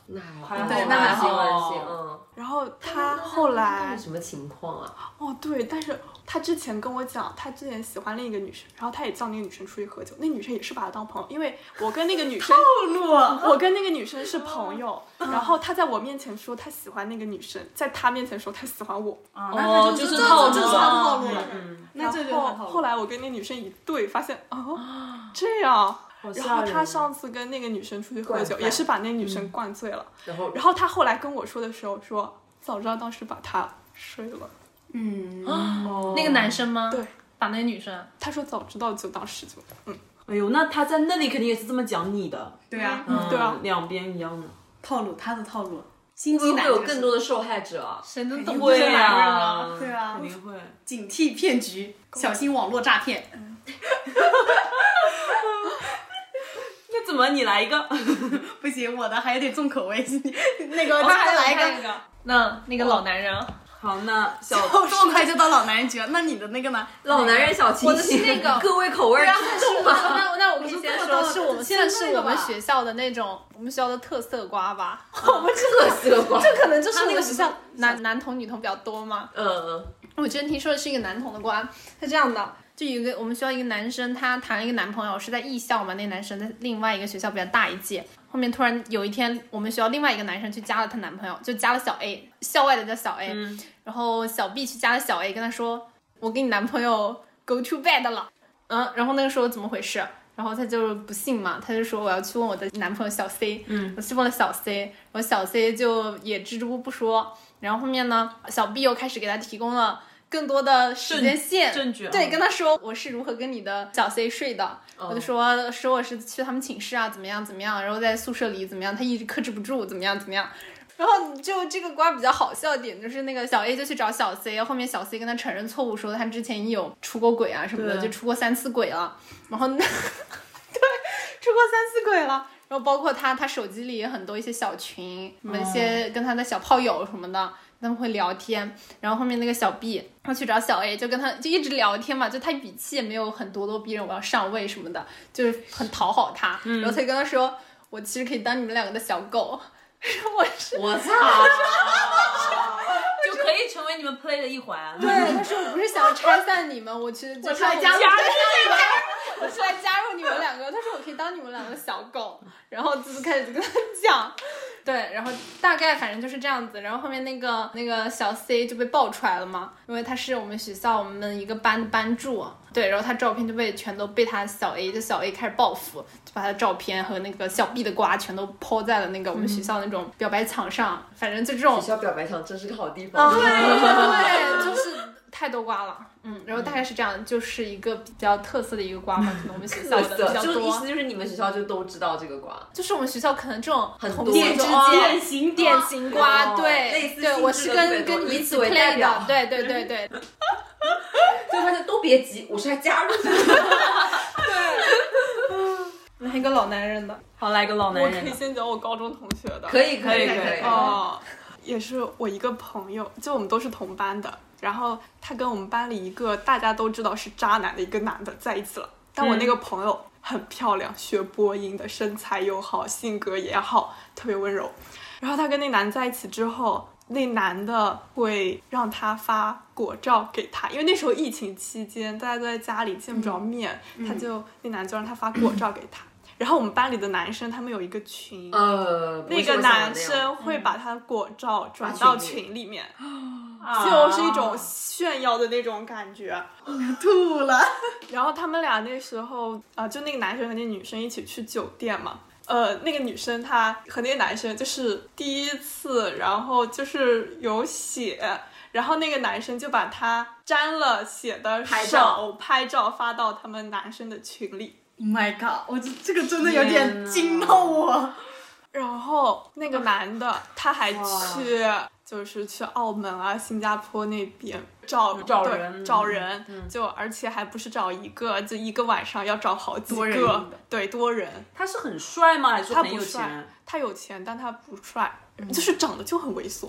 [SPEAKER 2] 那还
[SPEAKER 1] 还好
[SPEAKER 2] 好对，那还行，还行，嗯。
[SPEAKER 4] 然后他后来
[SPEAKER 2] 是什么情况啊？
[SPEAKER 4] 哦对，但是他之前跟我讲，他之前喜欢另一个女生，然后他也叫那个女生出去喝酒，那女生也是把他当朋友，因为我跟那个女生我跟那个女生是朋友，然后他在我面前说他喜欢那个女生，在他面前说他喜欢我，
[SPEAKER 3] 啊，
[SPEAKER 1] 哦
[SPEAKER 3] 那
[SPEAKER 1] 就
[SPEAKER 3] 这
[SPEAKER 1] 是
[SPEAKER 3] 就
[SPEAKER 1] 套路
[SPEAKER 3] 这就
[SPEAKER 1] 了
[SPEAKER 3] 算套路
[SPEAKER 1] 嗯
[SPEAKER 3] 了，
[SPEAKER 1] 嗯
[SPEAKER 3] 那这就
[SPEAKER 4] 然
[SPEAKER 3] 算
[SPEAKER 4] 后
[SPEAKER 3] 套
[SPEAKER 4] 后
[SPEAKER 3] 路了。
[SPEAKER 4] 来我跟那女生一对，发现哦，这样。然
[SPEAKER 1] 吓
[SPEAKER 4] 后
[SPEAKER 1] 人
[SPEAKER 4] 他上次跟那个女生出去喝
[SPEAKER 2] 惯
[SPEAKER 4] 酒，
[SPEAKER 2] 犯
[SPEAKER 4] 也是把那女生灌醉了。
[SPEAKER 2] 然后
[SPEAKER 4] 然后他后来跟我说的时候说，早知道当时把她睡了。
[SPEAKER 5] 那个男生吗？
[SPEAKER 4] 对，
[SPEAKER 5] 把那个女生，
[SPEAKER 4] 他说早知道就当时就，嗯，
[SPEAKER 1] 哎呦，那他在那里肯定也是这么讲你的，
[SPEAKER 3] 对啊，
[SPEAKER 1] 嗯
[SPEAKER 4] 对啊
[SPEAKER 1] 两边一样的。
[SPEAKER 3] 套路，他的套路，
[SPEAKER 2] 会
[SPEAKER 3] 心机
[SPEAKER 2] 不会
[SPEAKER 3] 男
[SPEAKER 2] 有
[SPEAKER 3] 这个
[SPEAKER 2] 更
[SPEAKER 3] 是
[SPEAKER 2] 多的受害者？
[SPEAKER 5] 谁能懂
[SPEAKER 3] 会
[SPEAKER 5] 这
[SPEAKER 3] 啊
[SPEAKER 5] 男人
[SPEAKER 1] 呀，
[SPEAKER 3] 对啊
[SPEAKER 1] 肯定会。
[SPEAKER 3] 警惕骗局，小心网络诈骗。
[SPEAKER 1] 那怎么你来一个？
[SPEAKER 3] 不行，我的还有点重口味。那个他还来一个，
[SPEAKER 5] 那那个老男人，
[SPEAKER 1] 好，那小
[SPEAKER 7] 这么快就到老男人局了，那你的那个呢？
[SPEAKER 2] 老男人小清新，
[SPEAKER 5] 我的是那个
[SPEAKER 2] 各位口味之重嘛。
[SPEAKER 5] 那那我可以先
[SPEAKER 7] 我说到
[SPEAKER 5] 说，
[SPEAKER 7] 了
[SPEAKER 5] 是我们
[SPEAKER 7] 先
[SPEAKER 5] 现在是
[SPEAKER 7] 那个
[SPEAKER 5] 我们
[SPEAKER 7] 吧
[SPEAKER 5] 学校的那种我们学校的特色瓜 吧，
[SPEAKER 2] 特色瓜，
[SPEAKER 5] 这可能就是
[SPEAKER 2] 他那
[SPEAKER 5] 我
[SPEAKER 2] 个
[SPEAKER 5] 们学校男男童女童比较多嘛。
[SPEAKER 2] 嗯，
[SPEAKER 5] 我之前听说的是一个男童的瓜，是这样的，就有一个我们学校一个男生，他谈了一个男朋友是在艺校嘛，那男生在另外一个学校比较大一届。后面突然有一天，我们学校另外一个男生去加了她男朋友，就加了小 A，校外的叫小 A，、然
[SPEAKER 7] 嗯
[SPEAKER 5] 后小 B 去加了小 A，跟他说：“我跟你男朋友 go to bed 了。”嗯，然后那个时候怎么回事？然后他就不信嘛，他就说我要去问我的男朋友小 C，嗯，我去问了小 C，我小 C 就也支支吾吾不说，然后后面呢，小 B 又开始给他提供了更多的时间线
[SPEAKER 1] 证据啊哦
[SPEAKER 5] 对，跟他说我是如何跟你的小 C 睡的，我就说说我是去他们寝室啊，怎么样怎么样，然后在宿舍里怎么样，他一直克制不住，怎么样怎么样，然后就这个瓜比较好笑的点就是那个小 A 就去找小 C，后面小 C 跟他承认错误，说他之前有出过轨啊什么的，
[SPEAKER 1] 对
[SPEAKER 5] 就出过三次轨了。然后那对，出过三次轨了。然后包括他，他手机里也很多一些小群，什么一些跟他的小炮友什么的，他们会聊天。然后后面那个小 B，他去找小 A，就跟他就一直聊天嘛，就他语气也没有很咄咄逼人，我要上位什么的，就是很讨好他。然后他就跟他说，我其实可以当你们两个的小狗。我是
[SPEAKER 2] 我操，
[SPEAKER 1] 就可以成为你们 play 的一环。
[SPEAKER 5] 对，他说我不是想要拆散你们，我其实就是
[SPEAKER 1] 来加入
[SPEAKER 5] 我是来加入我是来加入你们两个。他说我可以当你们两个小狗，然后就是开始跟他讲，对，然后大概反正就是这样子。然后后面那个那个小 C 就被爆出来了嘛，因为他是我们学校我们一个班的班助，对，然后他照片就被全都被他小 A 就小 A 开始报复，就把他的照片和那个小 B 的瓜全都抛在了那个我们学
[SPEAKER 1] 嗯
[SPEAKER 5] 校那种表白墙上，反正就这种
[SPEAKER 2] 学校表白墙真是个好地方。
[SPEAKER 5] 哦
[SPEAKER 2] 啊
[SPEAKER 5] 对，就是太多瓜了。嗯，然后大概是这样，就是一个比较特色的一个瓜吧，可能我们学校的比较
[SPEAKER 2] 就是意思
[SPEAKER 5] 多。
[SPEAKER 2] 就是你们学校就都知道这个瓜，
[SPEAKER 5] 就是我们学校可能这种
[SPEAKER 2] 很
[SPEAKER 5] 同
[SPEAKER 2] 多
[SPEAKER 5] 学
[SPEAKER 2] 典
[SPEAKER 5] 之
[SPEAKER 2] 型
[SPEAKER 5] 间
[SPEAKER 1] 型
[SPEAKER 5] 典型瓜，
[SPEAKER 2] 哦类
[SPEAKER 5] 对
[SPEAKER 2] 似
[SPEAKER 5] 对，
[SPEAKER 2] 性
[SPEAKER 5] 我
[SPEAKER 2] 质
[SPEAKER 5] 是
[SPEAKER 2] 的
[SPEAKER 5] 跟
[SPEAKER 2] 特别多
[SPEAKER 5] 跟你
[SPEAKER 2] 以
[SPEAKER 5] 一
[SPEAKER 2] 此
[SPEAKER 5] 起
[SPEAKER 2] 为代
[SPEAKER 5] play
[SPEAKER 2] 表
[SPEAKER 5] 的，对对对对
[SPEAKER 2] 就发现都别急，我是来加入的。
[SPEAKER 5] 对，一个老男人的。
[SPEAKER 1] 好，来个老
[SPEAKER 4] 我
[SPEAKER 1] 男
[SPEAKER 4] 可
[SPEAKER 1] 人
[SPEAKER 4] 以
[SPEAKER 1] 的。
[SPEAKER 4] 先讲我高中同学 的，
[SPEAKER 2] 可以可以
[SPEAKER 1] 可以
[SPEAKER 2] 可以，
[SPEAKER 4] 哦，也是我一个朋友，就我们都是同班的，然后他跟我们班里一个大家都知道是渣男的一个男的在一起了，但我那个朋友很漂亮，学播音的，身材又好，性格也好，特别温柔。然后他跟那男在一起之后，那男的会让他发果照给他，因为那时候疫情期间大家都在家里见不着面，他就那男就让他发果照给他。然后我们班里的男生他们有一个群，
[SPEAKER 2] 呃，不
[SPEAKER 4] 那
[SPEAKER 2] 是
[SPEAKER 4] 个
[SPEAKER 2] 我想的
[SPEAKER 4] 男
[SPEAKER 2] 样
[SPEAKER 4] 生会把他的果照转到群里面，啊就是一种炫耀的那种感觉。
[SPEAKER 7] 吐了，
[SPEAKER 4] 然后他们俩那时候啊、呃就那个男生和那女生一起去酒店嘛。呃，那个女生她和那个男生就是第一次，然后就是有血，然后那个男生就把他沾了血的
[SPEAKER 2] 拍
[SPEAKER 4] 手
[SPEAKER 2] 照
[SPEAKER 4] 拍照发到他们男生的群里，
[SPEAKER 7] Oh my god！我这这个真的有点惊到我。
[SPEAKER 4] 然后那个男的他还去，就是去澳门啊、新加坡那边找
[SPEAKER 1] 找
[SPEAKER 4] 对
[SPEAKER 1] 人嗯
[SPEAKER 4] 找人，就而且还不是找一个，就一个晚上要找好几
[SPEAKER 7] 多人
[SPEAKER 4] 个
[SPEAKER 7] 的，
[SPEAKER 4] 对，多人。
[SPEAKER 1] 他是很帅吗？还是
[SPEAKER 4] 他
[SPEAKER 1] 很
[SPEAKER 4] 不
[SPEAKER 1] 有
[SPEAKER 4] 帅
[SPEAKER 1] 钱？，嗯
[SPEAKER 4] 他有钱，但他不帅，就是长得就很猥琐，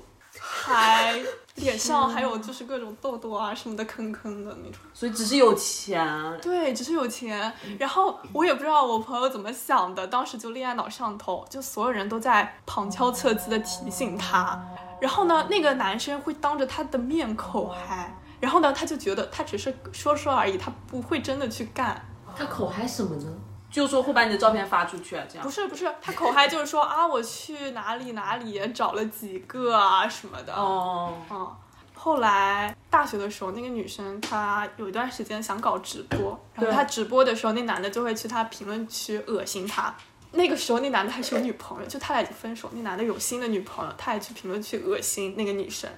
[SPEAKER 4] 还脸上还有就是各种痘痘啊什么的，坑坑的那种。
[SPEAKER 1] 所以只是有钱。
[SPEAKER 4] 对，只是有钱。然后我也不知道我朋友怎么想的，当时就恋爱脑上头，就所有人都在旁敲侧击的提醒他。然后呢，那个男生会当着他的面口嗨，然后呢，他就觉得他只是说说而已，他不会真的去干。
[SPEAKER 2] 他口嗨什么呢？
[SPEAKER 1] 就说会把你的照片发出去，这样
[SPEAKER 4] 不是不是，他口嗨就是说啊，我去哪里哪里找了几个啊什么的。
[SPEAKER 1] 哦，
[SPEAKER 4] 嗯，后来大学的时候，那个女生她有一段时间想搞直播，然后她直播的时候，那男的就会去她评论区恶心她。那个时候，那男的还是有女朋友，就他俩已经分手，那男的有新的女朋友，他还去评论区恶心那个女生，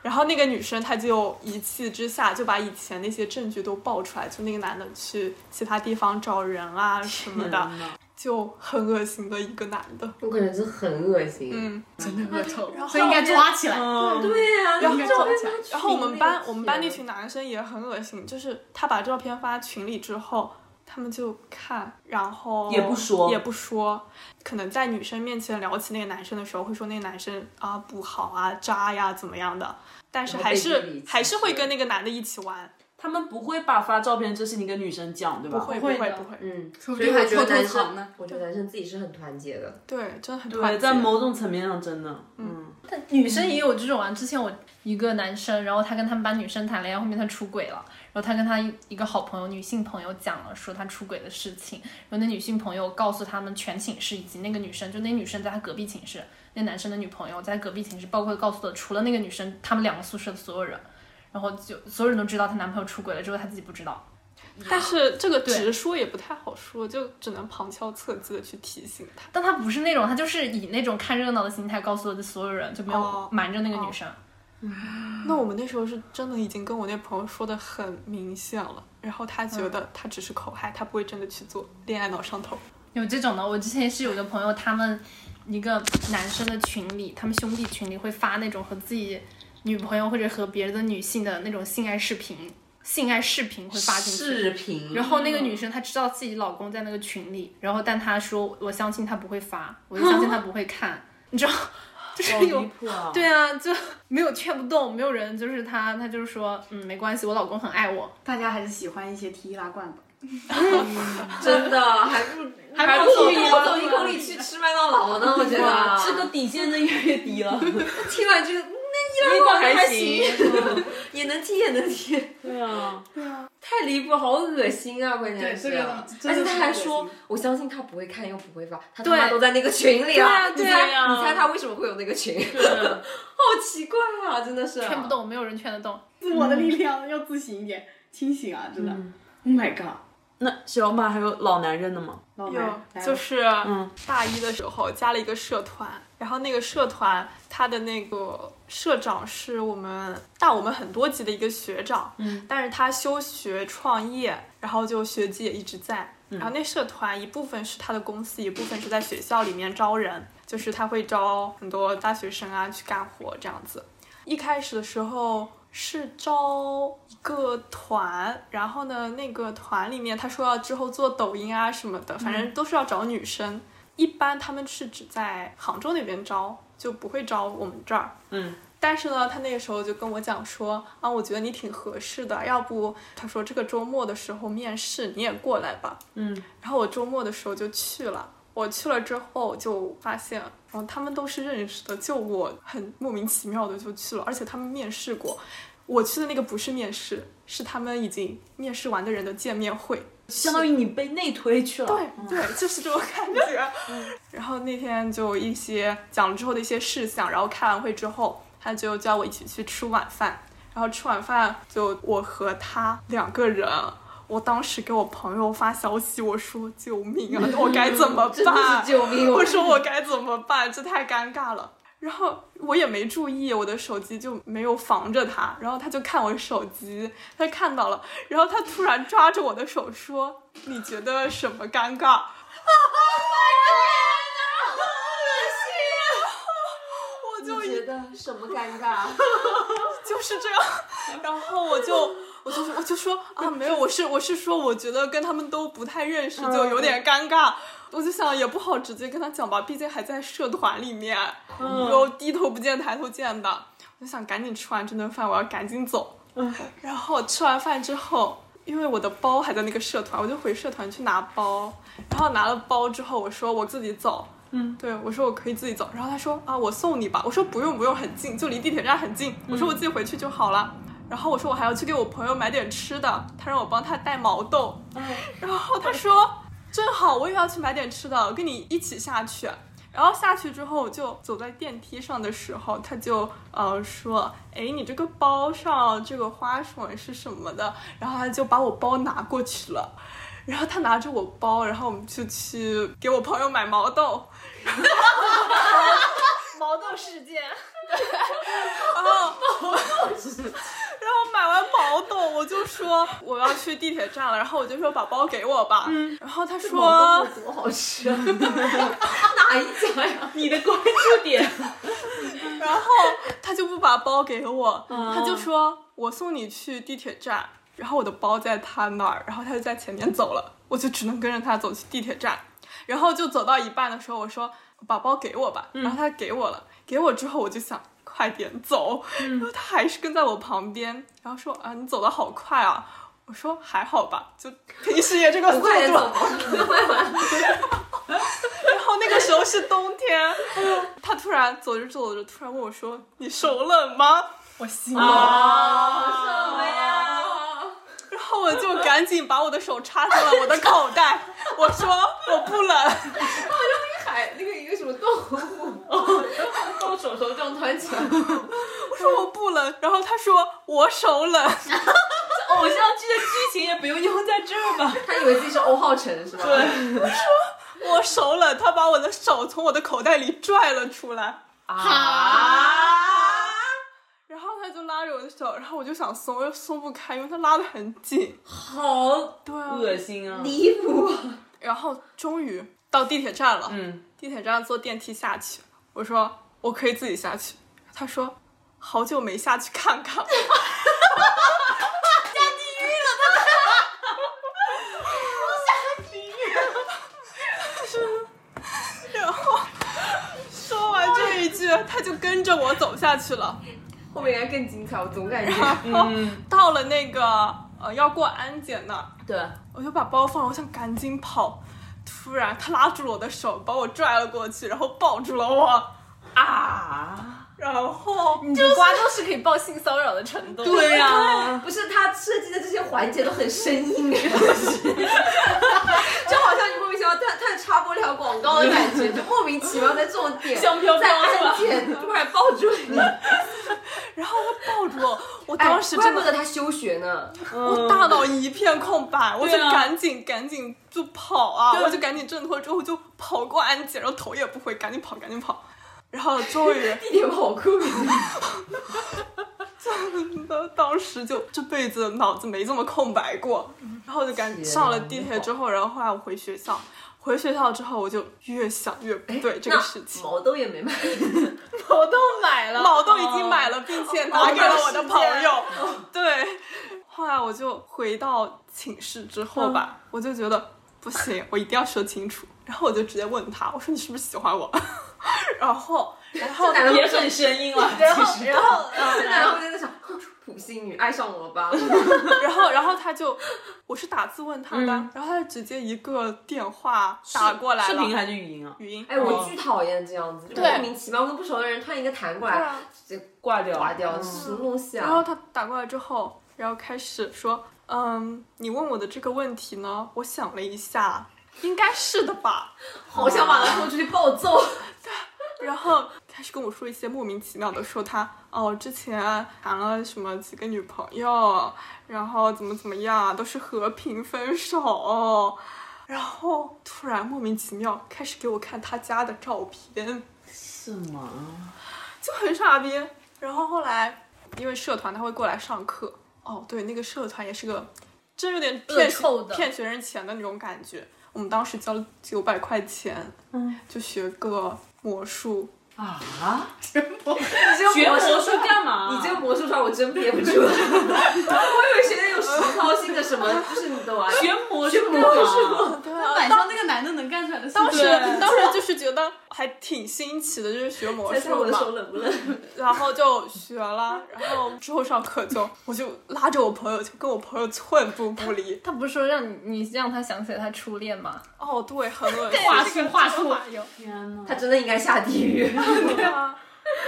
[SPEAKER 4] 然后那个女生她就一气之下就把以前那些证据都爆出来，就那个男的去其他地方找人啊什么的，就很恶心的一个男的，
[SPEAKER 2] 我感觉这很恶心。
[SPEAKER 4] 嗯。
[SPEAKER 7] 真的恶臭
[SPEAKER 4] 然后
[SPEAKER 7] 所以应该抓起来。
[SPEAKER 1] 哦
[SPEAKER 2] 对呀，
[SPEAKER 4] 然
[SPEAKER 7] 应
[SPEAKER 4] 后
[SPEAKER 7] 该抓起来
[SPEAKER 4] 然后我们班我们班那
[SPEAKER 2] 啊
[SPEAKER 4] 群男生也很恶心，就是他把照片发群里之后，他们就看，然后
[SPEAKER 1] 也不说
[SPEAKER 4] 也不说，可能在女生面前聊起那个男生的时候，会说那个男生啊不好啊渣呀怎么样的。但是
[SPEAKER 2] 然后
[SPEAKER 4] 还
[SPEAKER 2] 被
[SPEAKER 4] 是
[SPEAKER 2] 逼离
[SPEAKER 4] 还是会
[SPEAKER 2] 其实
[SPEAKER 4] 跟那个男的一起玩，
[SPEAKER 1] 他们不会把发照片这事情跟女生讲，对吧？不
[SPEAKER 4] 会
[SPEAKER 1] 会
[SPEAKER 4] 不
[SPEAKER 5] 会
[SPEAKER 4] 会
[SPEAKER 5] 的
[SPEAKER 4] 不会，
[SPEAKER 2] 嗯，
[SPEAKER 3] 说
[SPEAKER 2] 所
[SPEAKER 3] 不
[SPEAKER 2] 以
[SPEAKER 3] 定还
[SPEAKER 2] 我觉
[SPEAKER 3] 偷
[SPEAKER 2] 得
[SPEAKER 3] 偷
[SPEAKER 2] 男
[SPEAKER 3] 藏
[SPEAKER 2] 生
[SPEAKER 3] 呢，。
[SPEAKER 2] 我觉得男生自己是很团结的。
[SPEAKER 4] 对，真的很
[SPEAKER 1] 对，
[SPEAKER 4] 团
[SPEAKER 1] 在
[SPEAKER 4] 结
[SPEAKER 1] 某种层面上真的，嗯，
[SPEAKER 5] 女生也有这种啊。之前我一个男生，然后他跟他们班女生谈恋爱，后面他出轨了，然后他跟他一一个好朋友女性朋友讲了说他出轨的事情，然后那女性朋友告诉他们全寝室以及那个女生，就那女生在他隔壁寝室，那男生的女朋友在隔壁寝室，包括告诉的除了那个女生，他们两个宿舍的所有人，然后就所有人都知道她男朋友出轨了，只有她自己不知道。
[SPEAKER 4] 但是这个
[SPEAKER 5] 对
[SPEAKER 4] 直说也不太好说，就只能旁敲侧击的去提醒他。
[SPEAKER 5] 但他不是那种，他就是以那种看热闹的心态告诉了所有人，就没有
[SPEAKER 4] 哦
[SPEAKER 5] 瞒着那个女生。
[SPEAKER 4] 那我们那时候是真的已经跟我那朋友说的很明显了，然后他
[SPEAKER 3] 嗯
[SPEAKER 4] 觉得他只是口嗨，他不会真的去做，恋爱脑上头。
[SPEAKER 5] 有这种的，我之前是有个朋友，他们一个男生的群里，他们兄弟群里会发那种和自己女朋友或者和别的女性的那种性爱视频，性爱视频会发进去。
[SPEAKER 2] 视频，
[SPEAKER 5] 然后那个女生她知道自己老公在那个群里，然后但她说我相信他不会发，我就相信他不会看， 你知道，就是有
[SPEAKER 1] 离谱啊！
[SPEAKER 5] 哎对啊，就没有劝不动，没有人，就是他，他就是说，嗯，没关系，我老公很爱我。
[SPEAKER 3] 大家还是喜欢一些提易拉罐吧。
[SPEAKER 2] 真的还不如
[SPEAKER 1] 还
[SPEAKER 2] 还
[SPEAKER 1] 不
[SPEAKER 2] 不
[SPEAKER 1] 如
[SPEAKER 2] 如
[SPEAKER 1] 一
[SPEAKER 2] 多走一公里去吃麦当劳呢，我觉得
[SPEAKER 1] 这啊个底线真越来越低了，
[SPEAKER 2] 听完这个
[SPEAKER 1] 没管还
[SPEAKER 2] 行， 也能听也能听，
[SPEAKER 1] 对啊，
[SPEAKER 2] 太离谱，好恶心啊！关键
[SPEAKER 3] 对
[SPEAKER 2] 是，
[SPEAKER 3] 这个
[SPEAKER 2] 而
[SPEAKER 3] 真
[SPEAKER 2] 且
[SPEAKER 3] 的是
[SPEAKER 2] 他还
[SPEAKER 3] 恶心
[SPEAKER 2] 说，我相信他不会看又不会发，他他妈
[SPEAKER 5] 对
[SPEAKER 2] 都在那个群里了，
[SPEAKER 1] 对啊对
[SPEAKER 2] 你猜、
[SPEAKER 1] 啊
[SPEAKER 2] 你猜他为什么会有那个群？ 好奇怪啊，真的是
[SPEAKER 5] 劝不动，没有人劝得动。
[SPEAKER 3] 自我的力量要自省一点，清醒啊！真的，Oh my god，
[SPEAKER 1] 那小马还有老男人的吗？
[SPEAKER 3] 老板
[SPEAKER 4] 有，
[SPEAKER 3] 来
[SPEAKER 4] 就
[SPEAKER 3] 了
[SPEAKER 4] 是大一的时候加了一个社团，然后那个社团他的那个社长是我们大我们很多级的一个学长，嗯，但是他休学创业，然后就学籍也一直在。然后那社团一部分是他的公司，一部分是在学校里面招人，就是他会招很多大学生啊去干活这样子。一开始的时候是招一个团，然后呢，那个团里面他说要之后做抖音啊什么的，反正都是要找女生。一般他们是只在杭州那边招，就不会招我们这儿。
[SPEAKER 1] 嗯。
[SPEAKER 4] 但是呢，他那个时候就跟我讲说啊，我觉得你挺合适的，要不他说这个周末的时候面试你也过来吧。
[SPEAKER 1] 嗯，
[SPEAKER 4] 然后我周末的时候就去了。我去了之后就发现，然后他们都是认识的，就我很莫名其妙的就去了，而且他们面试过，我去的那个不是面试，是他们已经面试完的人的见面会。
[SPEAKER 1] 相当于你被内推去了，
[SPEAKER 4] 对对， 就是这种感觉。然后那天就一些讲了之后的一些事项，然后开完会之后，他就叫我一起去吃晚饭。然后吃晚饭就我和他两个人，我当时给我朋友发消息，我说救命啊，我该怎么
[SPEAKER 2] 真的
[SPEAKER 4] 办？
[SPEAKER 2] 是救 命！
[SPEAKER 4] 我
[SPEAKER 2] 我
[SPEAKER 4] 说我该怎么办？这太尴尬了。然后我也没注意，我的手机就没有防着他，然后他就看我手机，他看到了，然后他突然抓着我的手说：“你觉得什么尴尬？” 我就
[SPEAKER 2] 觉得什么尴尬？
[SPEAKER 4] 就是这样，然后我就。我就我就说啊，没有，我是我是说，我觉得跟他们都不太认识，就有点尴尬。我就想也不好直接跟他讲吧，毕竟还在社团里面，然后低头不见抬头见的。我就想赶紧吃完这顿饭，我要赶紧走。 然后吃完饭之后，因为我的包还在那个社团，我就回社团去拿包。然后拿了包之后，我说我自己走。嗯，对，我说我可以自己走。然后他说啊，我送你吧。我说不用不用，很近，就离地铁站很近。我说我自己回去就好了。然后我说我还要去给我朋友买点吃的，他让我帮他带毛豆。然后他说正好我也要去买点吃的，我跟你一起下去。然后下去之后，我就走在电梯上的时候，他就呃说：“哎，你这个包上这个花水是什么的？”然后他就把我包拿过去了。然后他拿着我包，然后我们就去给我朋友买毛豆。
[SPEAKER 5] 毛豆事件，
[SPEAKER 4] 然后然后买完毛豆，我就说我要去地铁站了，然后我就说把包给我吧。然后他说
[SPEAKER 2] 多好吃 啊！哪一家呀？
[SPEAKER 1] 你的关注 点，
[SPEAKER 4] 然后他就不把包给我，
[SPEAKER 2] 嗯
[SPEAKER 4] 他就说我送你去地铁站，然后我的包在他那儿，然后他就在前面走了，我就只能跟着他走去地铁站，然
[SPEAKER 2] 嗯
[SPEAKER 4] 后就走到一半的时候，我说把包给我吧，然后他给我了，给我之后我就想。快点走。
[SPEAKER 2] 嗯
[SPEAKER 4] 然后他还是跟在我旁边，然后说啊，你走的好快啊。我说还好吧，就平时也这个
[SPEAKER 2] 不
[SPEAKER 4] 速度。
[SPEAKER 2] 快点走
[SPEAKER 4] 然
[SPEAKER 2] 吗？快点走
[SPEAKER 4] 后那个时候是冬天，他突然走着走着，突然问我说：“你手冷吗
[SPEAKER 5] 我心
[SPEAKER 2] 哦什么呀？？”
[SPEAKER 4] 然后我就赶紧把我的手插进了我的口袋，我说我不冷。
[SPEAKER 2] 海那个一个什么动物，哦动手手这样团起来，
[SPEAKER 4] 我说我不冷，然后他说我手冷。
[SPEAKER 1] 偶像剧的剧情也不用用在这儿吧？
[SPEAKER 2] 他以为自己是欧浩辰是吧？对，
[SPEAKER 4] 我手冷，他把我的手从我的口袋里拽了出来，
[SPEAKER 2] 啊，
[SPEAKER 4] 然后他就拉着我的手，然后我就想松，又松不开，因为他拉得很紧。
[SPEAKER 2] 好
[SPEAKER 4] 对啊，
[SPEAKER 1] 恶心啊！
[SPEAKER 2] 离谱啊！
[SPEAKER 4] 然后终于到地铁站了，
[SPEAKER 1] 嗯，
[SPEAKER 4] 地铁站坐电梯下去，我说我可以自己下去，他说好久没下去看看了。 然后说完这一句，他就跟着我走下去了。
[SPEAKER 2] 后面应该更精彩，我总感觉
[SPEAKER 4] 然后到了那个呃要过安检那儿，
[SPEAKER 1] 对，
[SPEAKER 4] 我就把包放了，我想赶紧跑。突然，他拉住了我的手，把我拽了过去，然后抱住了我，
[SPEAKER 1] 啊，
[SPEAKER 4] 然后
[SPEAKER 5] 你的瓜都是可以报性骚扰的程度。
[SPEAKER 2] 啊
[SPEAKER 1] 对啊呀、
[SPEAKER 2] 不是他设计的这些环节都很生硬， 就好像你莫名其妙他他插播了条广告的感觉，就莫名其妙在这种点
[SPEAKER 1] 香飘
[SPEAKER 2] 在
[SPEAKER 1] 飘是
[SPEAKER 2] 按
[SPEAKER 1] 吧？
[SPEAKER 2] 键突然抱住你，
[SPEAKER 4] 然后他抱住我，我
[SPEAKER 5] 哎
[SPEAKER 4] 当时
[SPEAKER 2] 怪
[SPEAKER 4] 真
[SPEAKER 2] 不
[SPEAKER 4] 的，
[SPEAKER 2] 得他休学呢，
[SPEAKER 5] 嗯
[SPEAKER 1] 嗯
[SPEAKER 4] 我大脑一片空白，我就
[SPEAKER 1] 对啊
[SPEAKER 4] 赶紧赶紧就跑啊，
[SPEAKER 1] 对
[SPEAKER 4] 我就赶紧挣脱之后就跑过安检，然后头也不回，赶紧跑，赶紧跑。然后终于，
[SPEAKER 2] 地铁跑酷，
[SPEAKER 4] 当当时就这辈子脑子没这么空白过，然后就赶
[SPEAKER 2] 天
[SPEAKER 4] 上了地铁之后，然后后来我回学校，回学校之后我就越想越不对这个事情
[SPEAKER 2] 那，毛豆也没 买，
[SPEAKER 5] 我都买了，
[SPEAKER 4] 毛豆已经买了，并且拿哦给了我的朋友。 对，后来我就回到寝室之后吧，我就觉得不行，我一定要说清楚。然后我就直接问他，我说你是不是喜欢我？ 然后，然后
[SPEAKER 2] 这男的
[SPEAKER 1] 也很生硬 了，
[SPEAKER 5] 然后
[SPEAKER 1] 其实
[SPEAKER 5] 然后
[SPEAKER 2] 这男的会在那想， 哼普信女爱上我了 吧？
[SPEAKER 4] 然后，然后他就，我是打字问他的，然后他就直接一个电话打过来
[SPEAKER 1] 嗯视频
[SPEAKER 4] 了，
[SPEAKER 1] 还是语音啊？
[SPEAKER 4] 语音。
[SPEAKER 2] 哎，我巨讨厌这样子，就
[SPEAKER 5] 对
[SPEAKER 2] 莫名其妙跟不熟的人突然一个弹过
[SPEAKER 4] 对
[SPEAKER 2] 来，
[SPEAKER 4] 啊
[SPEAKER 1] 挂掉，
[SPEAKER 2] 拔掉，什么东西
[SPEAKER 4] 然后
[SPEAKER 2] 啊？
[SPEAKER 4] 他打过来之后，然后开始说，嗯，你问我的这个问题呢，我想了一下，应该是的吧。
[SPEAKER 2] 好想把他拖出去暴揍。
[SPEAKER 4] 然后开始跟我说一些莫名其妙的，说他哦之前谈了什么几个女朋友，然后怎么怎么样，都是和平分手。然后突然莫名其妙开始给我看他家的照片，
[SPEAKER 1] 什么？
[SPEAKER 4] 就很傻逼。然后后来因为社团他会过来上课，哦对，那个社团也是个，真有点骗学
[SPEAKER 5] 恶臭的
[SPEAKER 4] 骗学生钱的那种感觉。我们当时交了九百块钱，嗯，就学个魔术，
[SPEAKER 1] 啊？
[SPEAKER 2] 你这个
[SPEAKER 1] 学
[SPEAKER 2] 魔
[SPEAKER 1] 魔
[SPEAKER 2] 术
[SPEAKER 1] 术干嘛？
[SPEAKER 2] 你这个魔术出来，我真憋不住 了。我以为学的有实操性的什么，就是你懂啊？
[SPEAKER 1] 学魔术干
[SPEAKER 2] 魔
[SPEAKER 1] 嘛？
[SPEAKER 3] 那晚上那个男的能干出来的事，
[SPEAKER 4] 当时
[SPEAKER 1] 对
[SPEAKER 4] 当时就是觉得还挺新奇的，就是学魔
[SPEAKER 2] 猜猜
[SPEAKER 4] 术
[SPEAKER 2] 我的手
[SPEAKER 4] 嘛，
[SPEAKER 2] 冷不冷？
[SPEAKER 4] 然后就学了，然后之后上课就我就拉着我朋友，就跟我朋友寸步不离。
[SPEAKER 5] 他不是说让你你让他想起了他初恋吗？
[SPEAKER 4] 哦，对，很恶心。
[SPEAKER 5] 话
[SPEAKER 4] 这
[SPEAKER 5] 术
[SPEAKER 4] 个
[SPEAKER 5] 话
[SPEAKER 4] 这个
[SPEAKER 5] 术
[SPEAKER 4] 话有
[SPEAKER 1] 天哪！
[SPEAKER 2] 他真的应该下地狱。
[SPEAKER 4] 对啊。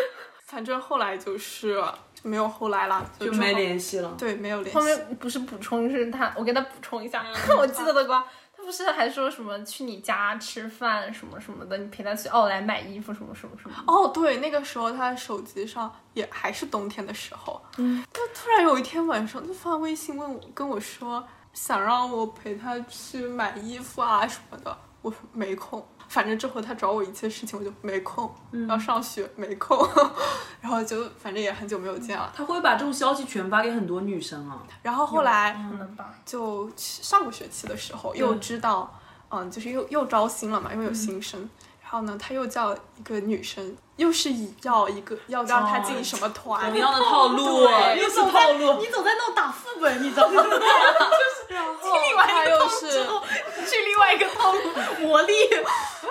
[SPEAKER 4] 反正后来就是就没有后来啦，就
[SPEAKER 1] 就
[SPEAKER 4] 之后
[SPEAKER 1] 没联系了。
[SPEAKER 4] 对没有联
[SPEAKER 5] 后
[SPEAKER 4] 系。
[SPEAKER 5] 面呃不是补充是他，我给他补充一下， 我记得的瓜，他不是还说什么去你家吃饭什么什么的，你陪他去奥莱买衣服什么什么什么。
[SPEAKER 4] 哦，对，那个时候他手机上也还是冬天的时候，嗯，他突然有一天晚上就发微信问我，跟我说想让我陪他去买衣服啊什么的，我说没空，反正之后他找我一切事情我就没空，
[SPEAKER 1] 嗯
[SPEAKER 4] 要上学没空， 然后就反正也很久没有见了，
[SPEAKER 1] 他会把这种消息全发给很多女生啊。
[SPEAKER 4] 然后后来
[SPEAKER 1] 嗯
[SPEAKER 5] 可能吧，
[SPEAKER 4] 就上个学期的时候又知道，嗯，就是又又招新了嘛，因为有新生。然后呢，他又叫一个女生，又是以要一个要让她进什么团，
[SPEAKER 1] 同样的套路啊，
[SPEAKER 4] 对
[SPEAKER 1] 又是套路。
[SPEAKER 3] 你总在那种打副本，你知道吗？
[SPEAKER 4] 然后他又 是，
[SPEAKER 1] 嗯
[SPEAKER 3] 去另外一个套路，魔力。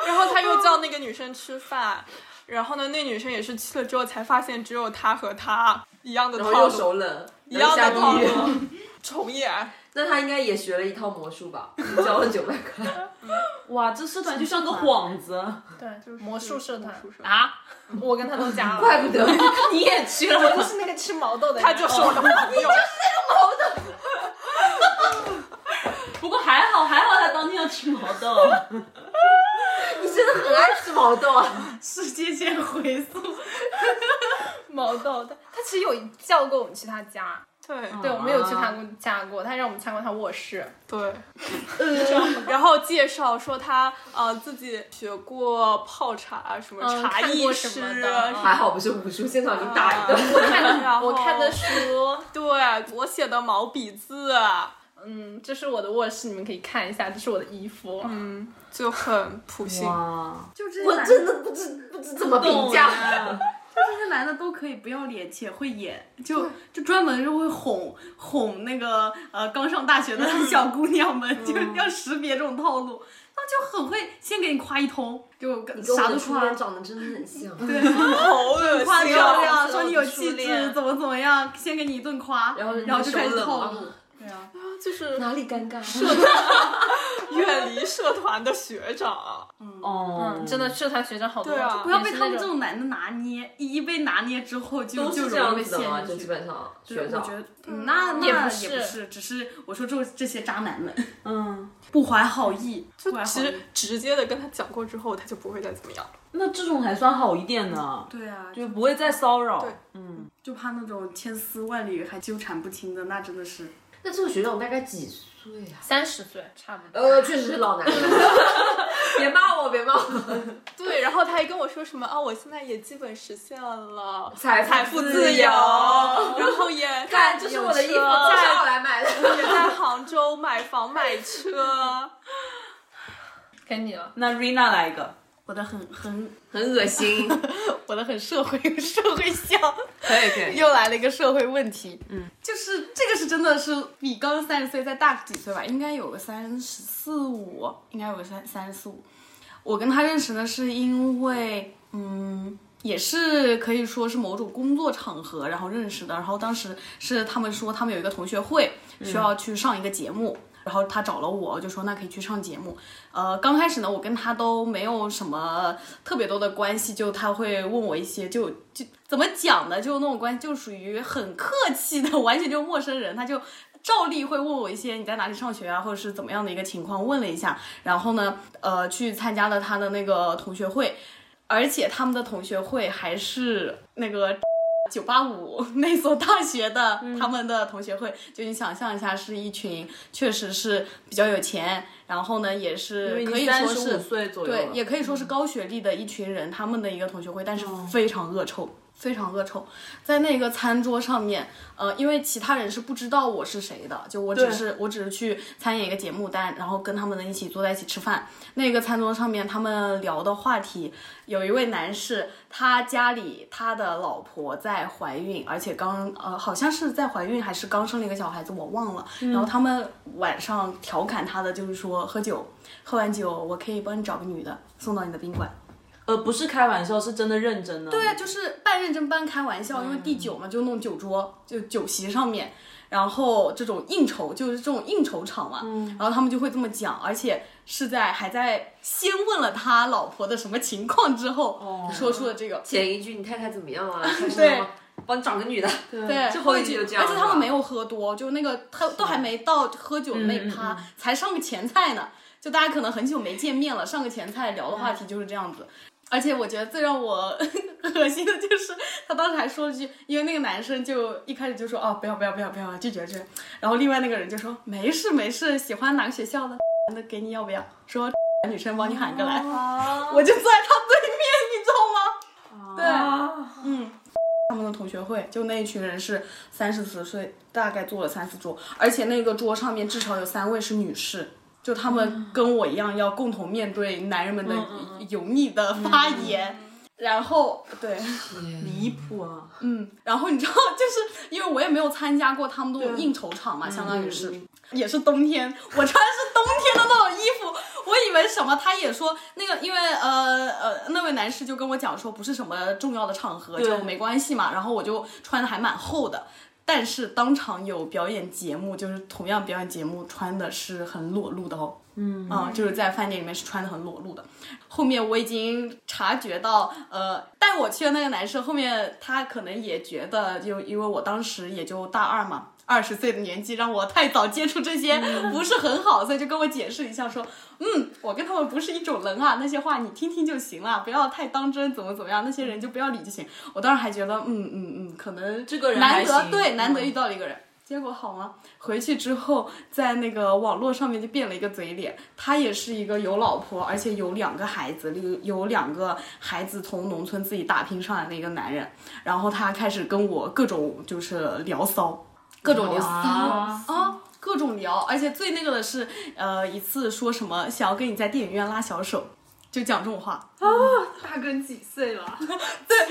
[SPEAKER 4] 然后他又叫那个女生吃饭，然后呢，那女生也是去了之后才发现，只有她和他一样的
[SPEAKER 2] 然后又
[SPEAKER 4] 套路，
[SPEAKER 2] 手冷，
[SPEAKER 4] 一
[SPEAKER 2] 一
[SPEAKER 4] 样
[SPEAKER 2] 下
[SPEAKER 4] 的
[SPEAKER 2] 地
[SPEAKER 4] 套
[SPEAKER 2] 狱。
[SPEAKER 4] 路，重演。
[SPEAKER 2] 那他应该也学了一套魔术吧？ 交了九百块，
[SPEAKER 1] 哇，这社团就像个幌子
[SPEAKER 5] 对，就是魔术社团，
[SPEAKER 1] 啊！
[SPEAKER 5] 我跟他都加了，
[SPEAKER 2] 怪不得你也去了。
[SPEAKER 5] 我就是那个吃毛豆的人，
[SPEAKER 4] 他就是我的朋友，
[SPEAKER 1] 不过还好，还好他当天要吃毛 豆。
[SPEAKER 2] 你真的很爱吃毛豆啊！
[SPEAKER 3] 世界线回溯，
[SPEAKER 5] 毛豆的，他其实有叫过我们去他家，
[SPEAKER 4] 对
[SPEAKER 5] 对我们有去他过家过，他让我们参观他卧室，
[SPEAKER 4] 对，然后介绍说他呃自己学过泡茶，啊什么
[SPEAKER 5] 嗯
[SPEAKER 4] 茶
[SPEAKER 5] 看
[SPEAKER 4] 艺
[SPEAKER 5] 过
[SPEAKER 4] 师
[SPEAKER 5] 什么的，
[SPEAKER 2] 还好不是武术，现场给你打一
[SPEAKER 4] 啊
[SPEAKER 2] 顿。
[SPEAKER 5] 我看
[SPEAKER 4] 然
[SPEAKER 5] 的
[SPEAKER 4] 后
[SPEAKER 5] 我看的书，
[SPEAKER 4] 对我写的毛笔字，
[SPEAKER 5] 嗯，这是我的卧室，你们可以看一下，这是我的衣服， 嗯，
[SPEAKER 4] 就很普信。
[SPEAKER 1] 哇，
[SPEAKER 3] 就这些
[SPEAKER 2] 我
[SPEAKER 3] 男
[SPEAKER 2] 真
[SPEAKER 3] 的，
[SPEAKER 2] 的不知不知怎么评价。
[SPEAKER 3] 这些男的都可以不要脸且会演，就就专门就会哄哄那个呃刚上大学的小姑娘
[SPEAKER 2] 嗯
[SPEAKER 3] 们，就要识别这种套路，那就很会先给你夸一通，就
[SPEAKER 2] 你跟我
[SPEAKER 3] 啥
[SPEAKER 2] 的
[SPEAKER 3] 都
[SPEAKER 2] 初
[SPEAKER 3] 夸
[SPEAKER 2] 恋。长得真的很像，
[SPEAKER 4] 好恶
[SPEAKER 3] 夸
[SPEAKER 4] 心
[SPEAKER 3] 漂
[SPEAKER 4] 啊！
[SPEAKER 3] 亮，说你有气质，怎么怎么样，先给你一顿夸，
[SPEAKER 2] 然后
[SPEAKER 3] 然后就开始
[SPEAKER 2] 冷
[SPEAKER 3] 套路
[SPEAKER 2] 吗。？
[SPEAKER 4] 就是
[SPEAKER 2] 哪里尴尬？
[SPEAKER 4] 远离社团的学长，
[SPEAKER 3] 嗯
[SPEAKER 1] 哦，
[SPEAKER 5] 真的社团学长好多，
[SPEAKER 4] 对啊
[SPEAKER 5] 就
[SPEAKER 3] 不要被
[SPEAKER 5] 也是
[SPEAKER 3] 他们
[SPEAKER 5] 那
[SPEAKER 3] 这
[SPEAKER 5] 种
[SPEAKER 3] 种男的拿捏，一一被拿捏之后就
[SPEAKER 2] 都
[SPEAKER 3] 就是
[SPEAKER 2] 这
[SPEAKER 3] 容
[SPEAKER 2] 样
[SPEAKER 3] 易被
[SPEAKER 2] 子
[SPEAKER 3] 陷
[SPEAKER 2] 的吗？就
[SPEAKER 3] 进
[SPEAKER 2] 基
[SPEAKER 3] 去。
[SPEAKER 2] 本上
[SPEAKER 3] 对，
[SPEAKER 2] 学
[SPEAKER 3] 我
[SPEAKER 2] 长
[SPEAKER 3] 觉。得嗯那那
[SPEAKER 5] 也
[SPEAKER 3] 也
[SPEAKER 5] 不
[SPEAKER 3] 不
[SPEAKER 5] 是
[SPEAKER 3] 是，只是我说这这些渣男们
[SPEAKER 1] 嗯，
[SPEAKER 3] 不怀好意，
[SPEAKER 4] 就
[SPEAKER 3] 不怀好
[SPEAKER 4] 其
[SPEAKER 3] 意
[SPEAKER 4] 实。直接的跟他讲过之后，他就不会再怎么样了。
[SPEAKER 1] 那这种还算好一点呢，
[SPEAKER 3] 对啊，就
[SPEAKER 1] 就不会再骚扰
[SPEAKER 4] 对。
[SPEAKER 1] 嗯，
[SPEAKER 3] 就怕那种千丝万缕还纠缠不清的，那真的是
[SPEAKER 2] 那这个学长大概几岁啊？
[SPEAKER 5] 三十岁差不多，
[SPEAKER 2] 呃，确实是老男人。别骂我，别骂我。
[SPEAKER 4] 对，然后他还跟我说什么啊，我现在也基本实现了
[SPEAKER 2] 财
[SPEAKER 4] 财富自由，然后 也
[SPEAKER 2] 看，这是我的衣服，都是我
[SPEAKER 4] 在
[SPEAKER 2] 来买的。
[SPEAKER 4] 也在杭州买房买车，
[SPEAKER 5] 该你了，
[SPEAKER 1] 那 Rina 来一个，
[SPEAKER 3] 我的很很
[SPEAKER 2] 很恶心。
[SPEAKER 8] 我 的很社会社会向，
[SPEAKER 2] 可以可以。嗯
[SPEAKER 8] 又来了一个社会问题。
[SPEAKER 3] 就是这个是真的是比刚刚三十岁再大几岁吧，应该有个三十四五，应该有个三三十四五。我跟他认识呢，是因为嗯，也是可以说是某种工作场合，然后认识的。然后当时是他们说他们有一个同学会需要去上一个节目。然后他找了我，我就说那可以去上节目。呃，刚开始呢，我跟他都没有什么特别多的关系，就他会问我一些，就就怎么讲呢？就那种关系，就属于很客气的， 完全就陌生人，他就照例会问我一些你在哪里上学啊，或者是怎么样的一个情况，问了一下，然后呢，呃，去参加了他的那个同学会，而且他们的同学会还是那个 九八五那所大学的
[SPEAKER 1] 嗯
[SPEAKER 3] 他们的同学会，就你想象一下，是一群确实是比较有钱，然后呢，也是可以
[SPEAKER 1] 三
[SPEAKER 3] 说
[SPEAKER 1] 十
[SPEAKER 3] 是
[SPEAKER 1] 五岁左右
[SPEAKER 3] 对
[SPEAKER 1] 了，，
[SPEAKER 3] 也可以说是高学历的一群人，他们的一个同学会，但是非常恶臭，非常恶臭。在那个餐桌上面，呃，因为其他人是不知道我是谁的，就我只是我只是去参演一个节目单，然后跟他们一起坐在一起吃饭。那个餐桌上面，他们聊的话题，有一位男士，他家里他的老婆在怀孕，而且刚呃好像是在怀孕还是刚生了一个小孩子，我忘了。然后他们晚上调侃他的就是说喝酒。喝完酒，我可以帮你找个女的送到你的宾馆。
[SPEAKER 1] 呃，不是开玩笑，是真的认真的。对
[SPEAKER 3] 对，啊就是半认真半开玩笑，因为第九嘛，就弄酒桌，就酒席上面，然后这种应酬就是这种应酬场嘛，然后他们就会这么讲，而且是在还在先问了他老婆的什么情况之后，
[SPEAKER 1] 哦
[SPEAKER 3] 说出了这个。
[SPEAKER 2] 前一句你太太怎么样啊？开心
[SPEAKER 3] 对
[SPEAKER 2] 吗？帮你找个女的。
[SPEAKER 3] 对，
[SPEAKER 2] 就后一句就这样
[SPEAKER 3] 而且他
[SPEAKER 2] 是吧
[SPEAKER 3] 们没有喝多，就那个他都还没到喝酒的那一趴，才上个前菜呢。就大家可能很久没见面了，上个前菜聊的话
[SPEAKER 2] 嗯
[SPEAKER 3] 题就是这样子。而且我觉得最让我 恶心的就是，他当时还说了句，因为那个男生就一开始就说哦不要不要不要不要拒绝拒绝，然后另外那个人就说没事没事，喜欢哪个学校的那给你要不要？说 女生帮你喊过来，
[SPEAKER 2] 哦
[SPEAKER 1] 哦
[SPEAKER 3] 我就坐在他对面，你知道吗？他们的同学会，就那一群人是三十四岁，大概坐了三四桌，而且那个桌上面至少有三位是女士，就他们跟我一样要共同面对男人们的油腻的发言，然后对，
[SPEAKER 2] 哎
[SPEAKER 1] 离谱啊！
[SPEAKER 3] 嗯，然后你知道，就是因为我也没有参加过他们那种
[SPEAKER 2] 嗯
[SPEAKER 3] 应酬场嘛，相当于是、也是冬天，我穿的是冬天的那种衣服，我以为为什么，他也说那个，因为呃呃，那位男士就跟我讲说，不是什么重要的场合，就没关系嘛。然后我就穿的还蛮厚的，但是当场有表演节目，就是同样表演节目穿的是很裸露的哦。嗯啊、就是在饭店里面是穿的很裸露的。后面我已经察觉到，呃，带我去的那个男生，后面他可能也觉得，就因为我当时也就大二嘛，二十岁的年纪，让我太早接触这些不是很好，所以就跟我解释一下说，嗯，我跟他们不是一种人啊，那些话你听听就行了，不要太当真，怎么怎么样，那些人就不要理就行。我当时还觉得，嗯嗯嗯，可能这
[SPEAKER 1] 个人还
[SPEAKER 3] 难得
[SPEAKER 1] 行
[SPEAKER 3] 对
[SPEAKER 1] 嗯
[SPEAKER 3] 难得遇到了一个人。结果好吗？回去之后，在那个网络上面就变了一个嘴脸。他也是一个有老婆，而且有两个孩子，有有两个孩子从农村自己打拼上来的一个男人。然后他开始跟我各种就是聊骚，各种聊骚
[SPEAKER 1] 啊
[SPEAKER 3] 啊。各种聊，而且最那个的是，呃，一次说什么想要跟你在电影院拉小手，就讲这种话。
[SPEAKER 4] 大哥你几岁了？
[SPEAKER 2] 哦
[SPEAKER 3] 就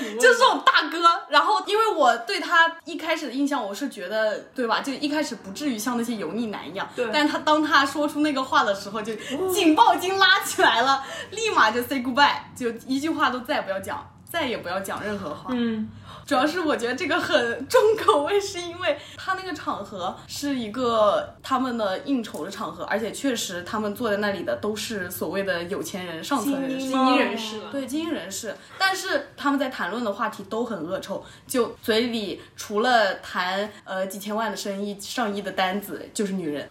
[SPEAKER 3] 是这种大哥。然后，因为我对他一开始的印象，我是觉得，对吧？就一开始不至于像那些油腻男一样。对。但他当他说出那个话的时候，就警报已经拉起来了，立马就 say goodbye，就一句话都再也不要讲，再也不要讲任何话。
[SPEAKER 1] 嗯，
[SPEAKER 3] 主要是我觉得这个很重口味，是因为他那个场合是一个他们的应酬的场合，而且确实他们坐在那里的都是所谓的有钱人、上层人士、
[SPEAKER 1] 精英人
[SPEAKER 4] 士了。
[SPEAKER 3] 对精英人士，但是他们在谈论的话题都很恶臭，就嘴里除了谈呃几千万的生意、上亿的单子，就是女人，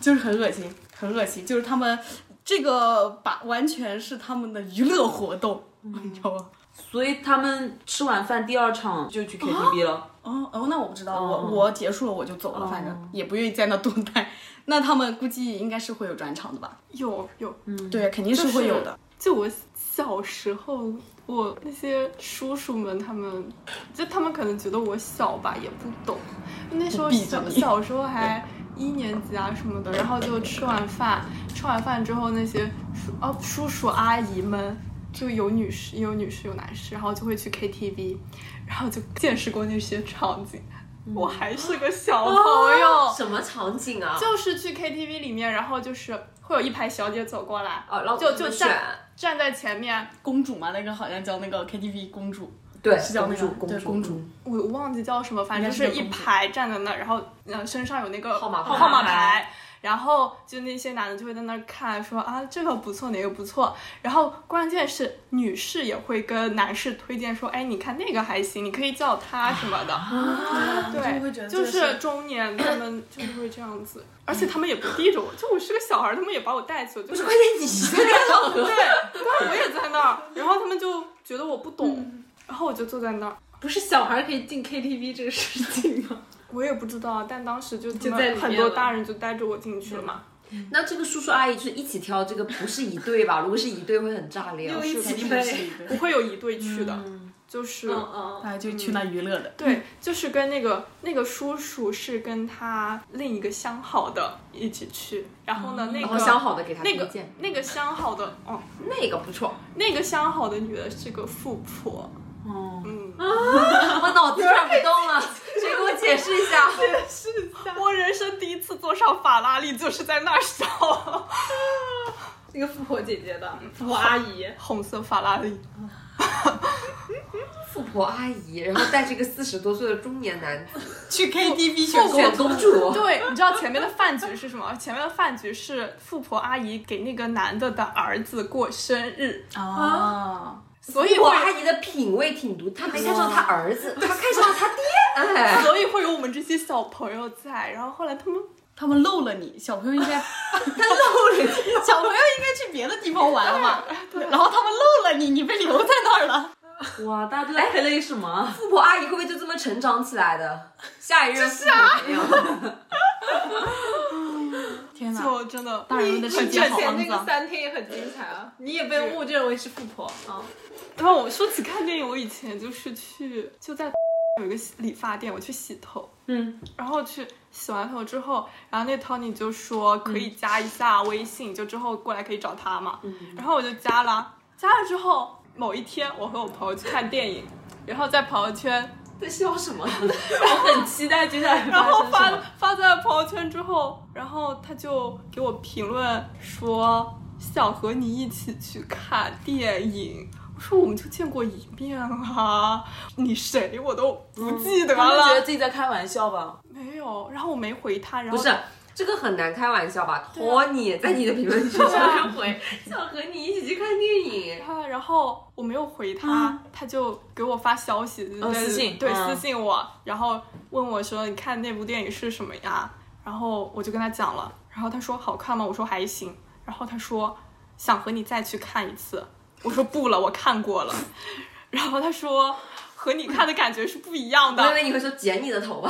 [SPEAKER 3] 就是很恶心，很恶心，就是他们这个把完全是他们的娱乐活动，你知道吗？
[SPEAKER 1] 所以他们吃完饭第二场就去 KTV 了。
[SPEAKER 3] 哦哦，那我不知道，我
[SPEAKER 1] 哦
[SPEAKER 3] 我结束了我就走了，反正也不愿意在那多待。 那他们估计应该是会有转场的吧？
[SPEAKER 4] 有有，
[SPEAKER 3] 对，肯定是会有的。
[SPEAKER 4] 就我小时候，我那些叔叔们他们，就他们可能觉得我小吧，也不懂。那时候
[SPEAKER 3] 闭着
[SPEAKER 4] 小
[SPEAKER 3] 你
[SPEAKER 4] 小时候还一年级啊什么的，然后就吃完饭，吃完饭之后那些叔哦叔叔阿姨们。就有女士，有女士，有男士，然后就会去 KTV，然 后就见识过那些场景。我还是个小朋友，
[SPEAKER 2] 什么场景啊？
[SPEAKER 4] 就是去 KTV 里面，然后就是会有一排小姐走过来，
[SPEAKER 2] 哦，然后
[SPEAKER 4] 就
[SPEAKER 2] 我
[SPEAKER 4] 就
[SPEAKER 2] 们选
[SPEAKER 4] 站站在前面，
[SPEAKER 3] 公主嘛，那个好像叫那个 KTV 公主，
[SPEAKER 2] 对
[SPEAKER 3] 是叫那个
[SPEAKER 2] 公
[SPEAKER 3] 对
[SPEAKER 2] 主嗯
[SPEAKER 3] 公主。
[SPEAKER 4] 我忘记叫什么，反正
[SPEAKER 3] 应该是
[SPEAKER 4] 是
[SPEAKER 3] 个
[SPEAKER 4] 一
[SPEAKER 3] 公主
[SPEAKER 4] 排站在那儿，然后嗯、呃身上有那个
[SPEAKER 2] 号码牌
[SPEAKER 4] 号码牌。然后就那些男的就会在那儿看，说啊这个不错，哪个不错。然后关键是女士也会跟男士推荐说，哎，你看那个还行，你可以叫他什么的。对，
[SPEAKER 3] 啊会觉得这
[SPEAKER 4] 就是是中年他们就会这样子，而且他们也不避着我，就我是个小孩儿，他们也把我带去了，就是
[SPEAKER 2] 关键你是在干嘛？
[SPEAKER 4] 对，我也在那儿，然后他们就觉得我不
[SPEAKER 3] 嗯
[SPEAKER 4] 懂，然后我就坐在那儿，
[SPEAKER 5] 不是小孩可以进 KTV 这个事情吗？
[SPEAKER 4] 我也不知道，但当时就他们
[SPEAKER 5] 在里面
[SPEAKER 4] 很多
[SPEAKER 5] 了嗯
[SPEAKER 4] 大人就带着我进去了嘛，
[SPEAKER 2] 那这个叔叔阿姨就是一起挑，这个不是一对吧？如果是一对会很炸裂哦。
[SPEAKER 5] 又一
[SPEAKER 3] 肯
[SPEAKER 5] 起
[SPEAKER 3] 定不是
[SPEAKER 5] 飞。
[SPEAKER 3] 一个
[SPEAKER 4] 不会有一对去的，就是。
[SPEAKER 5] 嗯
[SPEAKER 1] 哦
[SPEAKER 5] 嗯，
[SPEAKER 3] 大家就去那娱乐的。
[SPEAKER 4] 对，就是跟那个那个叔叔是跟他另一个相好的一起去，然后
[SPEAKER 5] 嗯
[SPEAKER 4] 呢，那
[SPEAKER 2] 然后
[SPEAKER 4] 个
[SPEAKER 2] 相好的给他推
[SPEAKER 4] 那个
[SPEAKER 2] 荐，
[SPEAKER 4] 那个相好的哦，
[SPEAKER 2] 那个不错。
[SPEAKER 4] 那个相好的女的是个富婆，
[SPEAKER 1] 哦，
[SPEAKER 4] 嗯，
[SPEAKER 2] 我脑子转不动了，谁给我解释一下？
[SPEAKER 5] 啊
[SPEAKER 4] 我人生第一次坐上法拉利就是在那儿烧
[SPEAKER 5] 那个富婆姐姐的富婆阿姨，
[SPEAKER 4] 嗯红色法拉利，
[SPEAKER 2] 富婆阿姨，然后带着一个四十多岁的中年男子，
[SPEAKER 3] 去 KTV 选
[SPEAKER 2] 选公主，
[SPEAKER 4] 对，你知道前面的饭局是什么？前面的饭局是富婆阿姨给那个男的的儿子过生日，
[SPEAKER 3] 啊，
[SPEAKER 4] 所以
[SPEAKER 2] 我
[SPEAKER 4] 会
[SPEAKER 2] 阿姨的品味挺独，她没看上她儿子，她看上了她爹。哎，
[SPEAKER 4] 所以会有我们这些小朋友在。然后后来他们
[SPEAKER 3] 他们漏了你，小朋友应 该他漏了你，小朋友应该去别的地方玩了嘛，然后他们漏了你，你被留在那儿了。
[SPEAKER 1] 哇，大家都在
[SPEAKER 3] 哎
[SPEAKER 1] 黑泪什么？
[SPEAKER 2] 富婆阿姨会不会就这么成长起来的？下一任富婆怎么样？
[SPEAKER 3] 天哪！
[SPEAKER 4] 就真的
[SPEAKER 3] 大人们的世界好
[SPEAKER 5] 之前那
[SPEAKER 3] 肮
[SPEAKER 5] 个
[SPEAKER 3] 脏。
[SPEAKER 5] 三天也很精彩
[SPEAKER 3] 呃
[SPEAKER 5] 啊，你也被误认为是富婆啊。
[SPEAKER 4] 然后我说起看电影，我以前就是去就在 有一个理发店，我去洗头，
[SPEAKER 1] 嗯，
[SPEAKER 4] 然后去洗完头之后，然后那 Tony 就说可
[SPEAKER 1] 嗯
[SPEAKER 4] 以加一下微信，就之后过来可以找他嘛，然后我就加了，加了之后某一天我和我朋友去看电影，然后在朋友圈
[SPEAKER 2] 在笑什 么？
[SPEAKER 1] 我很期待接下来
[SPEAKER 4] 然
[SPEAKER 1] 然
[SPEAKER 4] 后发发在朋友圈之后，然后他就给我评论说想和你一起去看电影。我说我们就见过一面啊，你谁我都不记得
[SPEAKER 1] 嗯他们觉得
[SPEAKER 4] 了。
[SPEAKER 1] 自己在开玩笑吧？
[SPEAKER 4] 没有，然后我没回他，然后
[SPEAKER 2] 不是。这个很难开玩笑吧？托尼在你的评论区上回想和你一起去看电影，
[SPEAKER 4] 他，然后我没有回他，他就给我发消息，对
[SPEAKER 1] 私信
[SPEAKER 4] 对、
[SPEAKER 1] 嗯
[SPEAKER 4] 私信我，然后问我说：“你看那部电影是什么呀？”然后我就跟他讲了，然后他说：“好看吗？”我说：“还行。”然后他说：“想和你再去看一次。”我说：“不了，我看过了。” 然后他说：“和你看的感觉是不一样
[SPEAKER 2] 我以
[SPEAKER 4] 的。
[SPEAKER 2] 为你会说剪你的头发，”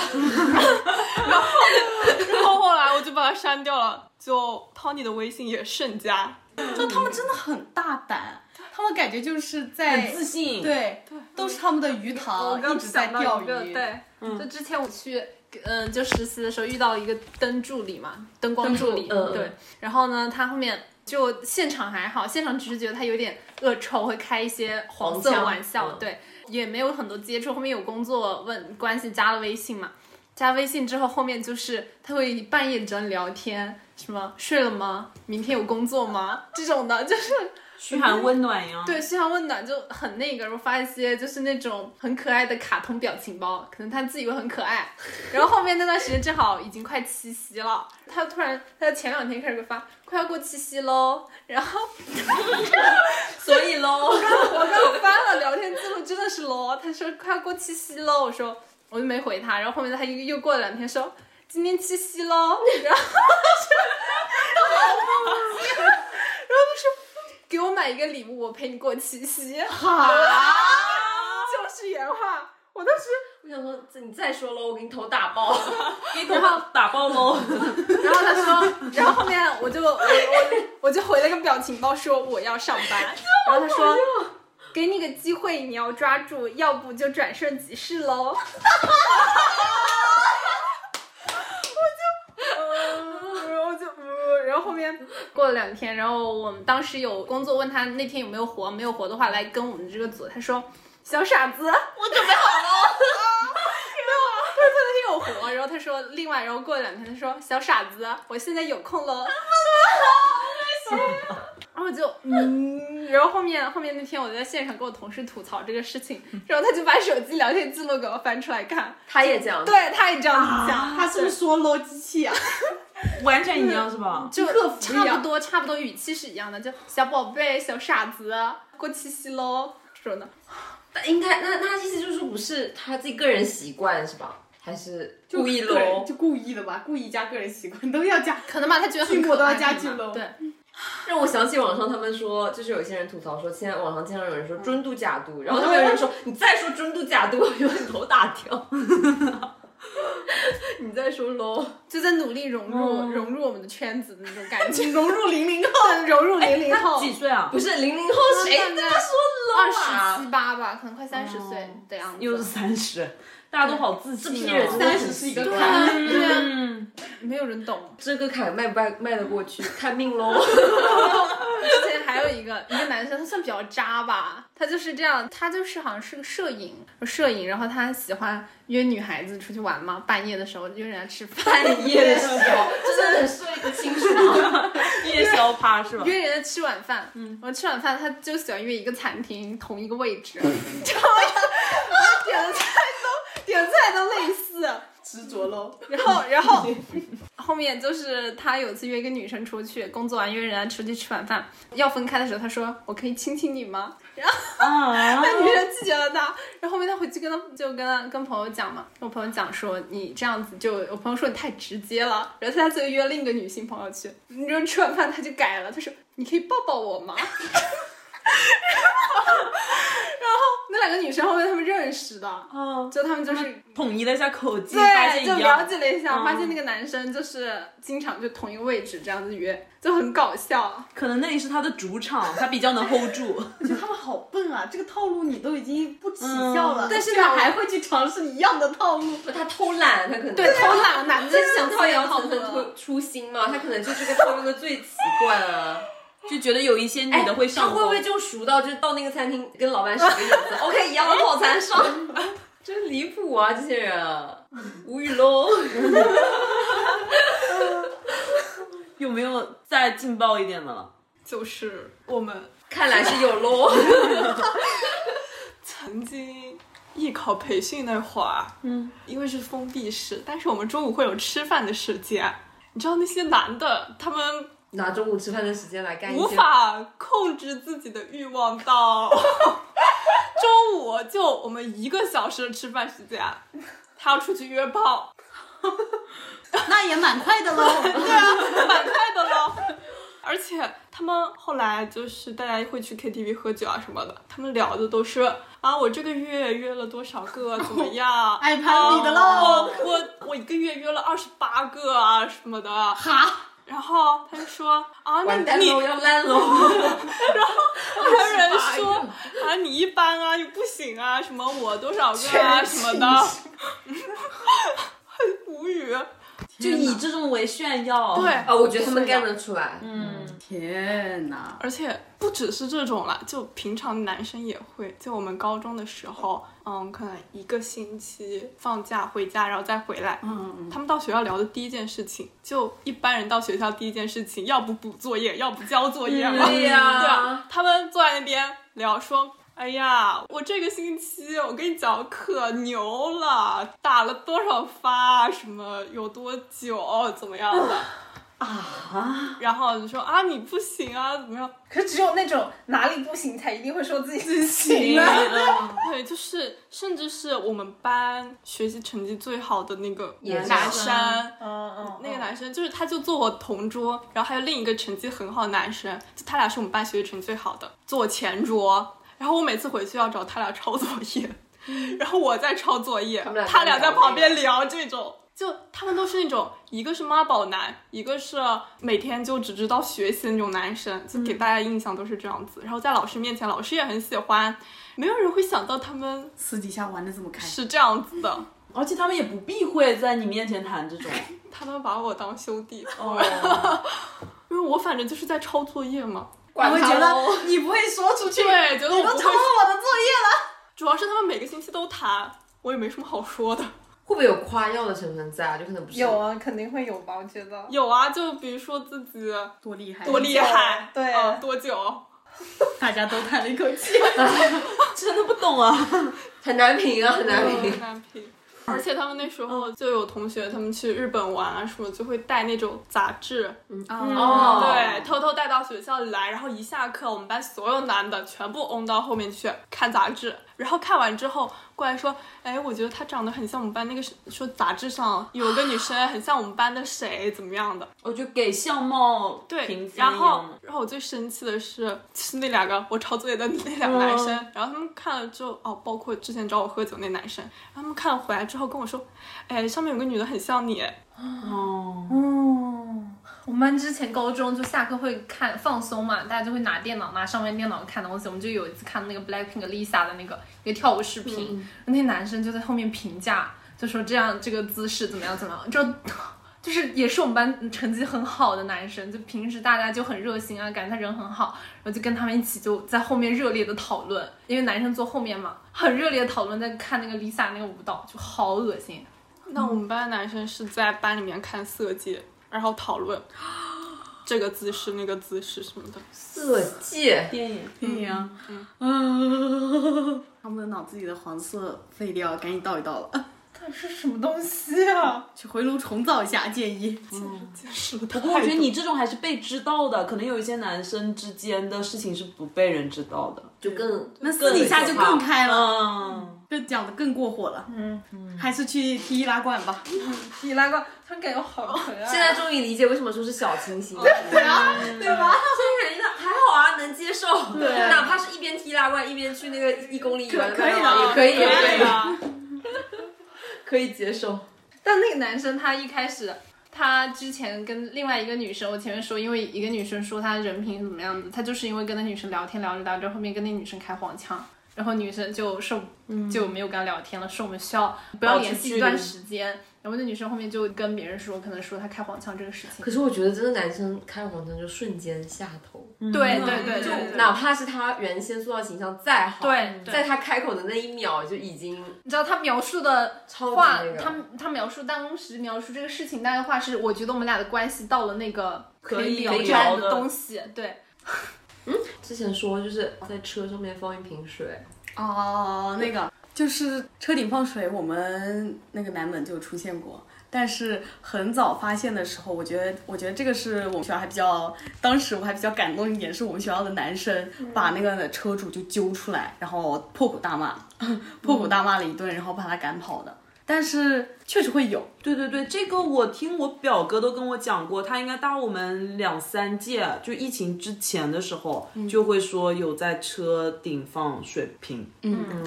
[SPEAKER 4] 然后后来我就把他删掉了，就 Tony 的微信也甚加。
[SPEAKER 3] 就他们真的很大胆，他们感觉就是在
[SPEAKER 1] 自信，，
[SPEAKER 3] 哎对，都是他们的鱼
[SPEAKER 5] 我
[SPEAKER 3] 塘，
[SPEAKER 5] 刚
[SPEAKER 3] 一直在
[SPEAKER 5] 想到
[SPEAKER 3] 钓
[SPEAKER 5] 一个，
[SPEAKER 3] 鱼。
[SPEAKER 5] 对，就之前我去，嗯、就实习的时候遇到一个灯助理嘛，灯光助理，
[SPEAKER 2] 灯助理嗯
[SPEAKER 5] 对。然后呢，他后面就现场还好，现场只是觉得他有点恶臭，会开一些黄色
[SPEAKER 2] 黄腔
[SPEAKER 5] 玩笑，
[SPEAKER 2] 嗯
[SPEAKER 5] 对，也没有很多接触。后面有工作问关系，加了微信嘛。加微信之后，后面就是他会半夜找你聊天，什么睡了吗？明天有工作吗？这种的，就是
[SPEAKER 1] 嘘寒问暖呀。
[SPEAKER 5] 对，嘘寒问暖就很那个，然后发一些就是那种很可爱的卡通表情包，可能他自以为很可爱。然后后面那段时间正好已经快七夕了，他突然他前两天开始给我发，快要过七夕喽，然后
[SPEAKER 2] 所以喽，
[SPEAKER 5] 我刚刚翻了聊天记录，真的是咯，他说快要过七夕喽，我说我就没回他，然后后面他又又过了两天说今天七夕喽，然后他说， 然后他说给我买一个礼物，我陪你过七夕，就是原话，我当时
[SPEAKER 2] 我想说你再说喽，我给你头打爆。
[SPEAKER 1] 给头发打爆喽！
[SPEAKER 5] 然后他说，然后后面我就我我我就回了个表情包说我要上班，然后他说。给你个机会，你要抓住，要不就转瞬即逝喽。然后就、呃然后后面过了两天，然后我们当时有工作问他那天有没有活，没有活的话来跟我们这个组，他说小傻子，我准备好了。然后他说他那天有活，然后他说另外，然后过了两天他说小傻子，我现在有空喽。然后我就嗯，然后后面后面那天我就在现场跟我同事吐槽这个事情，然后他就把手机聊天记录给我翻出来看，
[SPEAKER 2] 他也这样，
[SPEAKER 5] 对，他也这样子讲，
[SPEAKER 3] 他是不是说咯机器啊？
[SPEAKER 1] 完全一样是吧？
[SPEAKER 5] 就
[SPEAKER 3] 一样
[SPEAKER 5] 差不多，差不多语气是一样的，就小宝贝、小傻子，过七夕喽这种的。
[SPEAKER 2] 但应该那那意思就是不是他自己个人习惯是吧？还是故意
[SPEAKER 3] 个人
[SPEAKER 2] 喽？
[SPEAKER 3] 就故意的吧，故意加个人习惯都要加。
[SPEAKER 5] 可能吧，他觉得
[SPEAKER 3] 句
[SPEAKER 5] 很
[SPEAKER 3] 末
[SPEAKER 5] 可
[SPEAKER 3] 都要
[SPEAKER 5] 爱
[SPEAKER 3] 加
[SPEAKER 5] 嘛
[SPEAKER 3] 句喽
[SPEAKER 5] 对，
[SPEAKER 2] 让我想起网上他们说，就是有一些人吐槽说，现在网上经常有人
[SPEAKER 3] 嗯
[SPEAKER 2] 说尊度假度，然后他们有人说你再说尊度假度， 我就把你头打 掉。你再说喽，
[SPEAKER 3] 啊
[SPEAKER 5] 就在努力融入、融入我们的圈子的那种感 觉，
[SPEAKER 3] 融入零零后，融入零零后，
[SPEAKER 1] 几岁啊？
[SPEAKER 2] 不是零零后谁
[SPEAKER 5] 现
[SPEAKER 2] 跟
[SPEAKER 5] 在
[SPEAKER 2] 他说 low
[SPEAKER 5] 二十
[SPEAKER 2] 啊？
[SPEAKER 5] 七八吧，可能快三十岁的样子。
[SPEAKER 1] 又是三十，大家都好自信
[SPEAKER 2] 这批人真的
[SPEAKER 1] 哦。
[SPEAKER 3] 三十是一个
[SPEAKER 5] 对
[SPEAKER 3] 坎。
[SPEAKER 5] 啊， 对啊，
[SPEAKER 1] 嗯，
[SPEAKER 5] 没有人懂。
[SPEAKER 2] 这个坎迈不迈迈得过去，看命 喽。
[SPEAKER 5] 之前还有一个一个男生，他算比较渣吧，他就是这样，他就是好像是个摄影，摄影，然后他喜欢约女孩子出去玩嘛，半夜的时候约人家吃饭，
[SPEAKER 2] 半夜的时候，这真的很睡得清楚啊。
[SPEAKER 1] 夜宵趴是吧？
[SPEAKER 5] 约人家吃晚饭，嗯，我吃晚饭，他就喜欢约一个餐厅同一个位置， 然后我点的菜都点的菜都类似，
[SPEAKER 3] 执着喽，
[SPEAKER 5] 然后然 后后面就是他有次约一个女生出去，工作完约人家出去吃晚饭，要分开的时候，他说我可以亲亲你吗？
[SPEAKER 1] 啊，
[SPEAKER 5] 那女生拒绝了他，然后后面他回去跟他就跟他跟朋友讲嘛，跟我朋友讲说你这样子就，我朋友说你太直接了，然后他就约另一个女性朋友去，你知道吃完饭他就改了，他说你可以抱抱我吗？然 后那两个女生后面他们认识的，
[SPEAKER 1] 哦
[SPEAKER 5] 就他们就是
[SPEAKER 1] 统一了一下口径，发现
[SPEAKER 5] 对，
[SPEAKER 1] 一
[SPEAKER 5] 就了
[SPEAKER 1] 样。
[SPEAKER 5] 解了一下，
[SPEAKER 1] 嗯
[SPEAKER 5] 发现那个男生就是经常就同一个位置这样子约，就很搞笑。
[SPEAKER 1] 可能那里是他的主场，他比较能 hold 住。
[SPEAKER 3] 我觉得他们好笨啊！这个套路你都已经不起效了，
[SPEAKER 5] 但是
[SPEAKER 3] 居然
[SPEAKER 5] 呢
[SPEAKER 3] 还会去尝试一样的套路。
[SPEAKER 2] 他偷懒，他可能
[SPEAKER 5] 对，偷懒男的
[SPEAKER 2] 想套也要
[SPEAKER 5] 套
[SPEAKER 2] 层层出出新嘛，他可能就是个套用的最奇怪了。
[SPEAKER 1] 嗯就觉得有一些女
[SPEAKER 2] 哎，
[SPEAKER 1] 的会上
[SPEAKER 2] 他
[SPEAKER 1] 头，
[SPEAKER 2] 会不会就熟到就是到那个餐厅跟老板使个眼色，OK，一样的套餐上。真离谱啊！这些 人无语喽。
[SPEAKER 1] 有没有再劲爆一点的了？
[SPEAKER 4] 就是我们
[SPEAKER 2] 看来是有喽。
[SPEAKER 4] 曾经艺考培训那会儿，嗯，因为是封闭式，但是我们中午会有吃饭的时间。你知道那些男的，他们
[SPEAKER 2] 拿中午吃饭的时间来干一
[SPEAKER 4] 无
[SPEAKER 2] 些，
[SPEAKER 4] 法控制自己的欲望到 中午，就我们一个小时的吃饭时间，他要出去约炮，
[SPEAKER 3] 那也蛮快的喽。
[SPEAKER 4] 对啊，蛮快的咯。 而且他们后来就是大家会去 KTV 喝酒啊什么的，他们聊的都是啊，我这个月约了多少个，怎么 样？
[SPEAKER 3] 爱攀哎比的喽
[SPEAKER 4] 哦我我一个月约了二十八个啊什么的。
[SPEAKER 3] 哈，
[SPEAKER 4] 然后他就说啊，那
[SPEAKER 2] 完蛋
[SPEAKER 4] 你
[SPEAKER 2] 喽，要烂喽。
[SPEAKER 4] 还有人说啊，你一般啊，你不行啊，什么我多少个啊什么的， 很无语。
[SPEAKER 1] 就以这种为炫耀。
[SPEAKER 4] 对，，
[SPEAKER 2] 啊，我觉得他们干得出来。
[SPEAKER 1] 嗯，
[SPEAKER 3] 天哪！
[SPEAKER 4] 而且不只是这种啦，就平常男生也会。就我们高中的时候，嗯，可能一个星期放假回家，然后再回来。
[SPEAKER 3] 嗯，
[SPEAKER 4] 他们到学校聊的第一件事情，就一般人到学校第一件事情，要不补作业，要不交作业嘛。
[SPEAKER 2] 嗯对呀
[SPEAKER 4] 对啊，他们坐在那边聊说。哎呀，我这个星期我跟你讲可牛了，打了多少发，什么有多久，怎么样的啊？然后你说啊，你不行啊，怎么样？
[SPEAKER 5] 可是只有那种哪里不行才一定会说自己自行啊。
[SPEAKER 1] 嗯
[SPEAKER 4] 对，就是甚至是我们班学习成绩最好的那个
[SPEAKER 2] 也是啊
[SPEAKER 4] 男生，
[SPEAKER 5] 嗯嗯，
[SPEAKER 4] 那个男生就是他就坐我同桌，然后还有另一个成绩很好的男生，就他俩是我们班学习成绩最好的，坐我前桌。然后我每次回去要找他俩抄作 业，然后我在抄作业，
[SPEAKER 2] 们俩
[SPEAKER 4] 他俩
[SPEAKER 2] 在
[SPEAKER 4] 在
[SPEAKER 2] 聊啊
[SPEAKER 4] 旁边聊这种。就他们都是那种，一个是妈宝男，一个是每天就只知道学习的那种男生，就
[SPEAKER 2] 嗯
[SPEAKER 4] 给大家印象都是这样子。然后在老师面前，老师也很喜欢，没有人会想到他们
[SPEAKER 3] 私底下玩的这么开，
[SPEAKER 4] 是这样子的。
[SPEAKER 1] 而且他们也不避讳在你面前谈这 种。
[SPEAKER 4] 他们把我当兄弟，
[SPEAKER 1] 哦，
[SPEAKER 4] 因为我反正就是在抄作业嘛。
[SPEAKER 3] 我会觉得你不会说出去，
[SPEAKER 4] 对，觉得我
[SPEAKER 3] 你
[SPEAKER 4] 不
[SPEAKER 3] 都
[SPEAKER 4] 会
[SPEAKER 3] 抄了我的作 业
[SPEAKER 4] 主要是他们每个星期都谈，我也没什么好说的。
[SPEAKER 2] 会不会有夸耀的成分在啊？就可能不是
[SPEAKER 5] 有啊，肯定会有吧？我觉得。
[SPEAKER 4] 有啊，就比如说自己
[SPEAKER 3] 了，多厉害！
[SPEAKER 4] 多厉害，
[SPEAKER 5] 对
[SPEAKER 4] 嗯多久，
[SPEAKER 3] 大家都叹了一口气。
[SPEAKER 1] 真的不懂啊。
[SPEAKER 2] 很难评啊，很难
[SPEAKER 4] 很
[SPEAKER 2] 评。
[SPEAKER 4] 难评。嗯而且他们那时候就有同学，他们去日本玩啊什么，就会带那种杂志，
[SPEAKER 2] 哦
[SPEAKER 5] 嗯
[SPEAKER 4] 对，偷偷带到学校里来，然后一下课，我们班所有男的全部嗡到后面去看杂志，然后看完之后过来说，哎，我觉得她长得很像我们班那个，说杂志上有个女生很像我们班的谁怎么样的，
[SPEAKER 1] 我就给相貌
[SPEAKER 4] 对
[SPEAKER 1] 评，分一样
[SPEAKER 4] 然后然后我最生气的是，就是那两个我抄作业的那两个男生，然后他们看了之后，哦，包括之前找我喝酒那男生，然后他们看了回来之后跟我说，哎，上面有个女的很像你，
[SPEAKER 1] 哦，
[SPEAKER 5] 嗯，我们班之前高中就下课会看放松嘛，大家就会拿电脑拿上面电脑看东西。我们就有一次看那个 Blackpink Lisa 的那个一个跳舞视频，那男生就在后面评价，就说这样这个姿势怎么样怎么样，就就是也是我们班成绩很好的男生，就平时大家就很热心啊，感觉他人很好，然后就跟他们一起就在后面热烈的讨论，因为男生坐后面嘛，很热烈的讨论在看那个 Lisa 那个舞蹈，就好恶心。
[SPEAKER 4] 那我们班的男生是在班里面看色戒，然后讨论这个姿势、那个姿势什么的。
[SPEAKER 2] 色戒，
[SPEAKER 1] 电
[SPEAKER 4] 嗯
[SPEAKER 1] 影电影啊，
[SPEAKER 3] 啊！他们脑子里的黄色废掉，赶紧倒一倒了，啊
[SPEAKER 5] 到底是什么东西啊？嗯
[SPEAKER 3] 去回炉重造一下，建议。嗯
[SPEAKER 1] 不过我觉得你这种还是被知道的，可能有一些男生之间的事情是不被人知道的。
[SPEAKER 2] 就更
[SPEAKER 3] 那私底下就更开了，
[SPEAKER 1] 嗯，
[SPEAKER 3] 更讲的更过火了。
[SPEAKER 5] 嗯，
[SPEAKER 3] 还是去踢易拉罐吧。
[SPEAKER 5] 易拉罐，他们感觉好可爱。
[SPEAKER 2] 现在终于理解为什么说是小清新。对啊，对吧？现在感觉到还好啊，能接受。对哪怕是一边踢拉罐一边去那个一公里以外的
[SPEAKER 3] 可可以的
[SPEAKER 2] 麦当劳也可以，也可以，
[SPEAKER 4] 啊，
[SPEAKER 2] 可以接受。
[SPEAKER 5] 但那个男生他一开始，他之前跟另外一个女生，我前面说，因为一个女生说他人品怎么样子，他就是因为跟那女生聊天聊着聊着，后面跟那女生开黄腔，然后女生就受就没有跟他聊天了，说我们需要不要
[SPEAKER 1] 保持
[SPEAKER 5] 联系
[SPEAKER 1] 距
[SPEAKER 5] 一段
[SPEAKER 1] 离
[SPEAKER 5] 时间。然后那女生后面就跟别人说，可能说他开黄腔这个事情
[SPEAKER 2] 可。是我觉得真的男生开黄腔就瞬间下头，
[SPEAKER 4] 对对对对
[SPEAKER 2] 就
[SPEAKER 4] 对，
[SPEAKER 2] 哪怕是他原先塑造形象再好，
[SPEAKER 4] 对对
[SPEAKER 2] 在他开口的那一秒就已经
[SPEAKER 5] 你知道他描述的
[SPEAKER 2] 超级
[SPEAKER 5] 话
[SPEAKER 2] 那，个
[SPEAKER 5] 他他描述当时描述这个事情，大概话是，我觉得我们俩的关系到了那个
[SPEAKER 1] 可以
[SPEAKER 5] 表
[SPEAKER 1] 聊
[SPEAKER 5] 战
[SPEAKER 1] 的
[SPEAKER 5] 东西，对。
[SPEAKER 2] 之前说就是在车上面放一瓶水，
[SPEAKER 3] 哦，那个就是车顶放水，我们那个南门就出现过。但是很早发现的时候，我觉得，我觉得这个是我们学校还比较，当时我还比较感动一点，是我们学校的男生把那个车主就揪出来，然后破口大骂， 破口大骂了一顿，然后把他赶跑的。但是确实会有，
[SPEAKER 1] 对对对，这个我听我表哥都跟我讲过，他应该大我们两三届，就疫情之前的时候，就会说有在车顶放水瓶，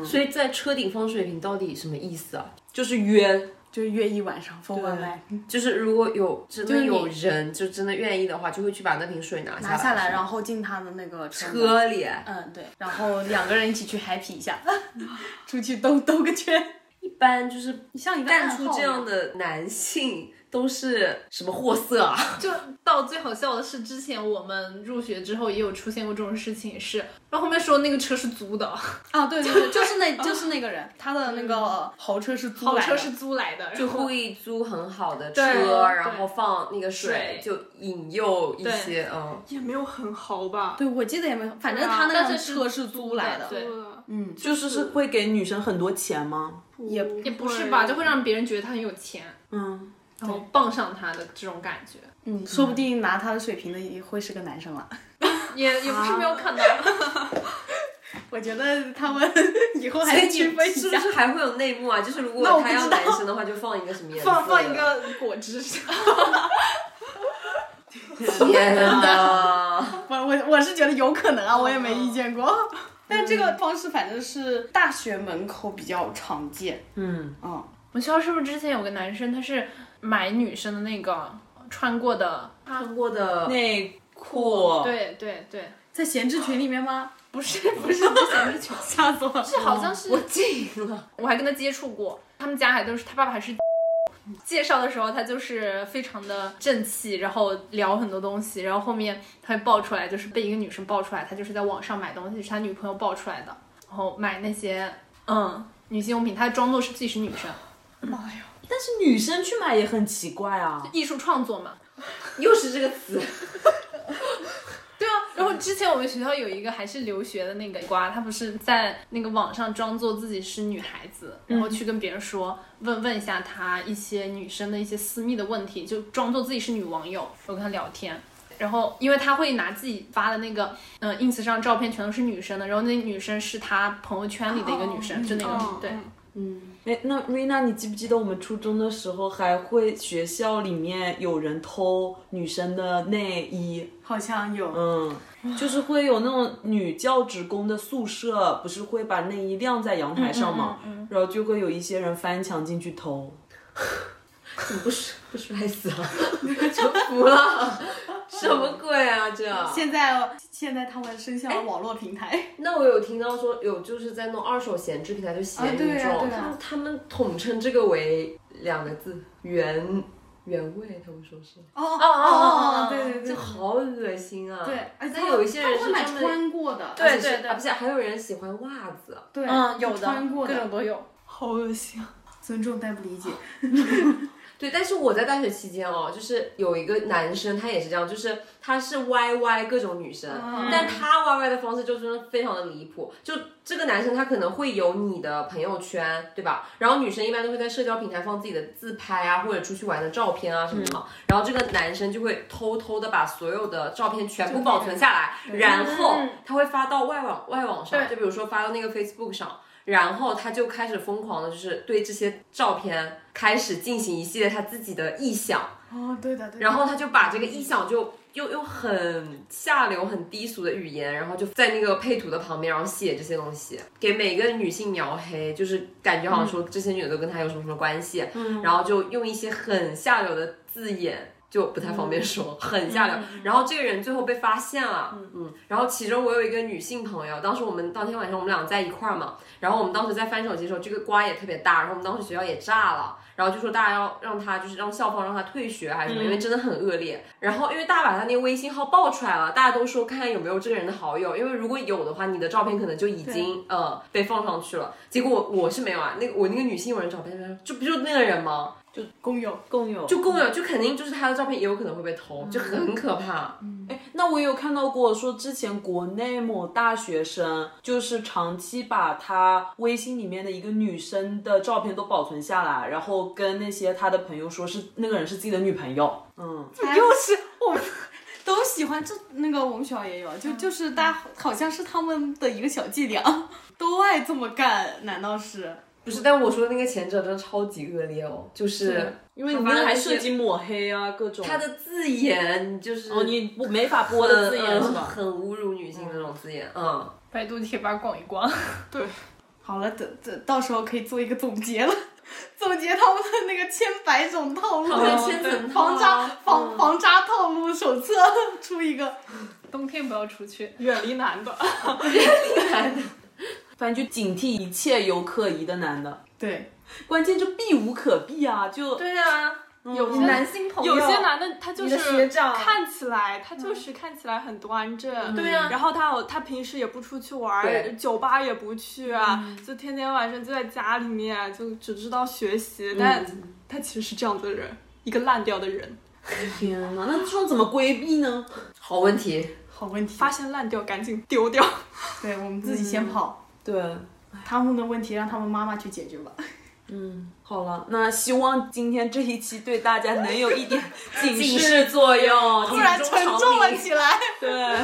[SPEAKER 2] 所以在车顶放水瓶到底什么意思啊？
[SPEAKER 1] 就是约，
[SPEAKER 3] 就是约一晚上疯完来
[SPEAKER 2] 就是如果有真
[SPEAKER 3] 就
[SPEAKER 2] 的
[SPEAKER 3] 是你
[SPEAKER 2] 有人就真的愿意的话，就会去把那瓶水拿下
[SPEAKER 3] 拿下来，
[SPEAKER 2] 来，
[SPEAKER 3] 然后进他的那个车门。
[SPEAKER 2] 车里。
[SPEAKER 3] 嗯，对，然后两个人一起去 happy 一下， 出去兜兜个圈，
[SPEAKER 2] 一般就是
[SPEAKER 3] 像一个
[SPEAKER 2] 干
[SPEAKER 3] 暗
[SPEAKER 2] 出
[SPEAKER 3] 号
[SPEAKER 2] 这
[SPEAKER 3] 一
[SPEAKER 2] 样的男性都是什么货色啊？
[SPEAKER 5] 就到最好笑的是，之前我们入学之后也有出现过这种事情，是，然后后面说那个车是租的，
[SPEAKER 3] 啊，对对对，就是那，就是那个人，他的那个豪车是租
[SPEAKER 5] 豪
[SPEAKER 3] 来
[SPEAKER 5] 车
[SPEAKER 3] 的，
[SPEAKER 5] 是租来的，
[SPEAKER 2] 就
[SPEAKER 5] 然后
[SPEAKER 2] 故意租很好的车，
[SPEAKER 5] 对
[SPEAKER 2] 然后放那个水
[SPEAKER 5] 对，
[SPEAKER 2] 就引诱一些嗯。
[SPEAKER 9] 也没有很豪吧？
[SPEAKER 3] 对，我记得也没有，反正
[SPEAKER 9] 对啊
[SPEAKER 3] 他那
[SPEAKER 5] 但
[SPEAKER 3] 辆
[SPEAKER 5] 是是
[SPEAKER 3] 车是租来的，
[SPEAKER 5] 对
[SPEAKER 9] 呃
[SPEAKER 3] 嗯，
[SPEAKER 1] 就是是会给女生很多钱吗？
[SPEAKER 3] 也
[SPEAKER 5] 也不 是吧，就会让别人觉得他很有钱，
[SPEAKER 1] 嗯，
[SPEAKER 5] 然后傍上他的这种感觉，
[SPEAKER 3] 嗯，说不定拿他的水平的也会是个男生了。
[SPEAKER 5] 也也不是没有看到，
[SPEAKER 3] 我觉得他们以后还
[SPEAKER 2] 哎
[SPEAKER 3] 是
[SPEAKER 2] 你
[SPEAKER 3] 区
[SPEAKER 2] 们
[SPEAKER 3] 分一
[SPEAKER 2] 是
[SPEAKER 3] 下
[SPEAKER 2] 不，是还会有内幕啊？就是如果
[SPEAKER 3] 那我不
[SPEAKER 2] 他要
[SPEAKER 3] 知道
[SPEAKER 2] 男生的话，就放一个什么颜色？
[SPEAKER 5] 放放一。个果汁，
[SPEAKER 2] 天 哪！
[SPEAKER 3] 我我我是觉得有可能啊，我也没遇见过。 但这个方式反正是大学门口比较常见，
[SPEAKER 1] 嗯，
[SPEAKER 3] 嗯，
[SPEAKER 5] 我们学校是不是之前有个男生，他是买女生的那个穿过的，
[SPEAKER 2] 看过的
[SPEAKER 1] 内裤，
[SPEAKER 5] 对对对，
[SPEAKER 3] 在闲置群里面吗？
[SPEAKER 5] 不是不是不是不是，
[SPEAKER 3] 吓死我了！
[SPEAKER 5] 是好像是
[SPEAKER 2] 我进了，
[SPEAKER 5] 我还跟他接触过，他们家还都是他爸爸还是 介绍的时候，他就是非常的正气，然后聊很多东西，然后后面他爆出来，就是被一个女生爆出来，他就是在网上买东西，是他女朋友爆出来的，然后买那些嗯女性用品，他装作是自己是女生，
[SPEAKER 1] 但是女生去买也很奇怪啊。
[SPEAKER 5] 艺术创作嘛。
[SPEAKER 2] 又是这个词。
[SPEAKER 5] 对啊，然后之前我们学校有一个还是留学的那个瓜，他不是在那个网上装作自己是女孩子，然
[SPEAKER 3] 嗯
[SPEAKER 5] 后去跟别人说，问问一下他一些女生的一些私密的问题，就装作自己是女网友，我跟他聊天。然后，因为他会拿自己发的那个，嗯、i n s 上照片全都是女生的，然后那女生是他朋友圈里的一个女生，
[SPEAKER 3] 哦
[SPEAKER 5] 就那个、
[SPEAKER 9] 嗯
[SPEAKER 5] 对，
[SPEAKER 9] 嗯
[SPEAKER 1] 哎，那瑞娜，你记不记得我们初中的时候还会学校里面有人偷女生的内衣？
[SPEAKER 3] 好像有，
[SPEAKER 1] 嗯，就是会有那种女教职工的宿舍，不是会把内衣晾在阳台上嘛，然后就会有一些人翻墙进去偷。
[SPEAKER 2] 怎么不摔不摔死了？就服 了，什么鬼啊这？
[SPEAKER 3] 现在哦现在他们生效了网络平台，
[SPEAKER 2] 那我有听到说有就是在弄二手闲置平台，就闲鱼这种，
[SPEAKER 3] 啊对啊对
[SPEAKER 2] 他
[SPEAKER 3] 啊
[SPEAKER 2] 们他们统称这个为两个字原原味，他们说是，
[SPEAKER 3] 哦哦
[SPEAKER 5] 哦哦
[SPEAKER 3] 对对对，
[SPEAKER 2] 这好恶心啊！
[SPEAKER 3] 对，而且
[SPEAKER 2] 但有一些人
[SPEAKER 3] 他
[SPEAKER 2] 是
[SPEAKER 3] 会买
[SPEAKER 2] 专门。
[SPEAKER 3] 穿过的，
[SPEAKER 5] 对
[SPEAKER 2] 而且是
[SPEAKER 5] 对对
[SPEAKER 2] 啊，不是，还有人喜欢袜子，
[SPEAKER 3] 对，
[SPEAKER 5] 嗯，有的
[SPEAKER 3] 穿过
[SPEAKER 5] 各
[SPEAKER 3] 的
[SPEAKER 5] 种，都有。
[SPEAKER 9] 好恶心啊！
[SPEAKER 3] 尊重但不理解，
[SPEAKER 2] 对。但是我在大学期间哦，就是有一个男生，他也是这样，就是他是 YY 各种女生，但他 YY 的方式就真的非常的离谱。就这个男生，他可能会有你的朋友圈，对吧？然后女生一般都会在社交平台放自己的自拍啊，或者出去玩的照片啊什么的嘛。然后这个男生就会偷偷的把所有的照片全部保存下来，然后他会发到外网外网上，就比如说发到那个 Facebook 上。然后他就开始疯狂的，就是对这些照片开始进行一系列他自己的臆想，
[SPEAKER 3] 哦，对的对的，
[SPEAKER 2] 然后他就把这个臆想就用用很下流、很低俗的语言，然后就在那个配图的旁边，然后写这些东西，给每个女性描黑，就是感觉好像说这些女的都跟他有什么什么关系，然后就用一些很下流的字眼。就不太方便说，很下流。然后这个人最后被发现了，嗯，然后其中我有一个女性朋友，当时我们当天晚上我们俩在一块儿嘛，然后我们当时在翻手机的时候，这个瓜也特别大，然后我们当时学校也炸了，然后就说大家要让他就是让校方让他退学还是什么，因为真的很恶劣。然后因为大家把他那个微信号爆出来了，大家都说看看有没有这个人的好友，因为如果有的话，你的照片可能就已经呃被放上去了。结果我我是没有啊，那个我那个女性友人照片，她说这不就是那个人吗？
[SPEAKER 9] 工友。
[SPEAKER 1] 共有
[SPEAKER 2] 就共有，就肯定就是他的照片也有可能会被偷，就很可怕。
[SPEAKER 1] 那我也有看到过，说之前国内某大学生就是长期把他微信里面的一个女生的照片都保存下来，然后跟那些他的朋友说是那个人是自己的女朋友。嗯，
[SPEAKER 3] 又是我们都喜欢，这那个我们学校也有，就就是大家好像是他们的一个小伎俩， 都爱这么干，难道是？
[SPEAKER 2] 不是，但我说的那个前者真的超级恶劣哦，就是
[SPEAKER 1] 因为你
[SPEAKER 2] 反
[SPEAKER 1] 那
[SPEAKER 2] 正
[SPEAKER 1] 还
[SPEAKER 2] 是
[SPEAKER 1] 涉及抹黑啊，各种
[SPEAKER 2] 他的字眼，就是呃
[SPEAKER 1] 哦，你不没法播的嗯字眼是吧？哦
[SPEAKER 2] 很侮辱女性那种字眼，嗯。
[SPEAKER 4] 百度贴吧逛一逛，
[SPEAKER 3] 好了，等等，到时候可以做一个总结了， 总结他们的那个千百种套路，嗯
[SPEAKER 2] 他们的千层套
[SPEAKER 3] 防
[SPEAKER 1] 哦
[SPEAKER 2] 啊
[SPEAKER 3] 渣
[SPEAKER 1] 嗯
[SPEAKER 3] 防防渣套路手册 出一个。
[SPEAKER 4] 冬天不要出去。
[SPEAKER 9] 远离男 的，
[SPEAKER 1] 反正就警惕一切有可疑的男的，
[SPEAKER 3] 对，
[SPEAKER 1] 关键就避无可避啊，就
[SPEAKER 2] 对啊，
[SPEAKER 4] 有
[SPEAKER 1] 嗯
[SPEAKER 4] 些
[SPEAKER 5] 男性朋友
[SPEAKER 9] 有些男的他就
[SPEAKER 5] 你的学
[SPEAKER 9] 是
[SPEAKER 5] 长
[SPEAKER 9] 看起来他
[SPEAKER 4] 嗯
[SPEAKER 9] 就是看起来很端正，
[SPEAKER 2] 对啊
[SPEAKER 9] 然后他有他平时也不出去玩儿，
[SPEAKER 2] 对
[SPEAKER 9] 酒吧也不去啊，
[SPEAKER 4] 嗯
[SPEAKER 9] 就天天晚上就在家里面，就只知道学习，
[SPEAKER 4] 嗯
[SPEAKER 9] 但他其实是这样子的人，一个烂掉的人，
[SPEAKER 1] 天哪，那这种怎么规避呢？
[SPEAKER 2] 好问题。
[SPEAKER 3] 好问题
[SPEAKER 9] 发，现烂掉赶紧丢掉。
[SPEAKER 3] 对我们自己先跑，
[SPEAKER 1] 对。
[SPEAKER 3] 他们的问题让他们妈妈去解决吧。
[SPEAKER 1] 好了，那希望今天这一期对大家能有一点警示
[SPEAKER 2] 警示
[SPEAKER 1] 作用，
[SPEAKER 3] 突然
[SPEAKER 1] 警
[SPEAKER 3] 沉
[SPEAKER 1] 钟长
[SPEAKER 3] 重了
[SPEAKER 1] 鸣
[SPEAKER 3] 起来。
[SPEAKER 1] 对，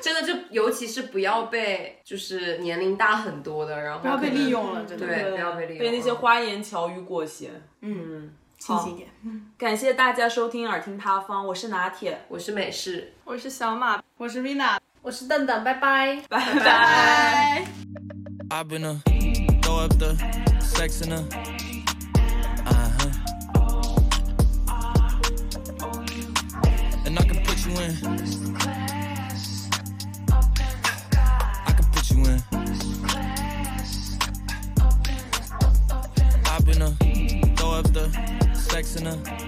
[SPEAKER 2] 真的就尤其是不要被就是年龄大很多的，然后
[SPEAKER 3] 不要被
[SPEAKER 2] 可能
[SPEAKER 3] 利用了真的
[SPEAKER 2] 对，不要被利用，
[SPEAKER 1] 被那些花言巧语裹挟。嗯，
[SPEAKER 3] 清醒一点，
[SPEAKER 1] 感谢大家收听耳听他方，我是拿铁，
[SPEAKER 2] 我是美式，
[SPEAKER 9] 我是小马，
[SPEAKER 3] 我是 Vina，
[SPEAKER 5] 我是蛋蛋，拜拜。
[SPEAKER 1] 拜拜。
[SPEAKER 10] I've been a throw up the sex in a uh huh. And I can put you in. I can put you in. I've been a uh-huh. throw up the sex in a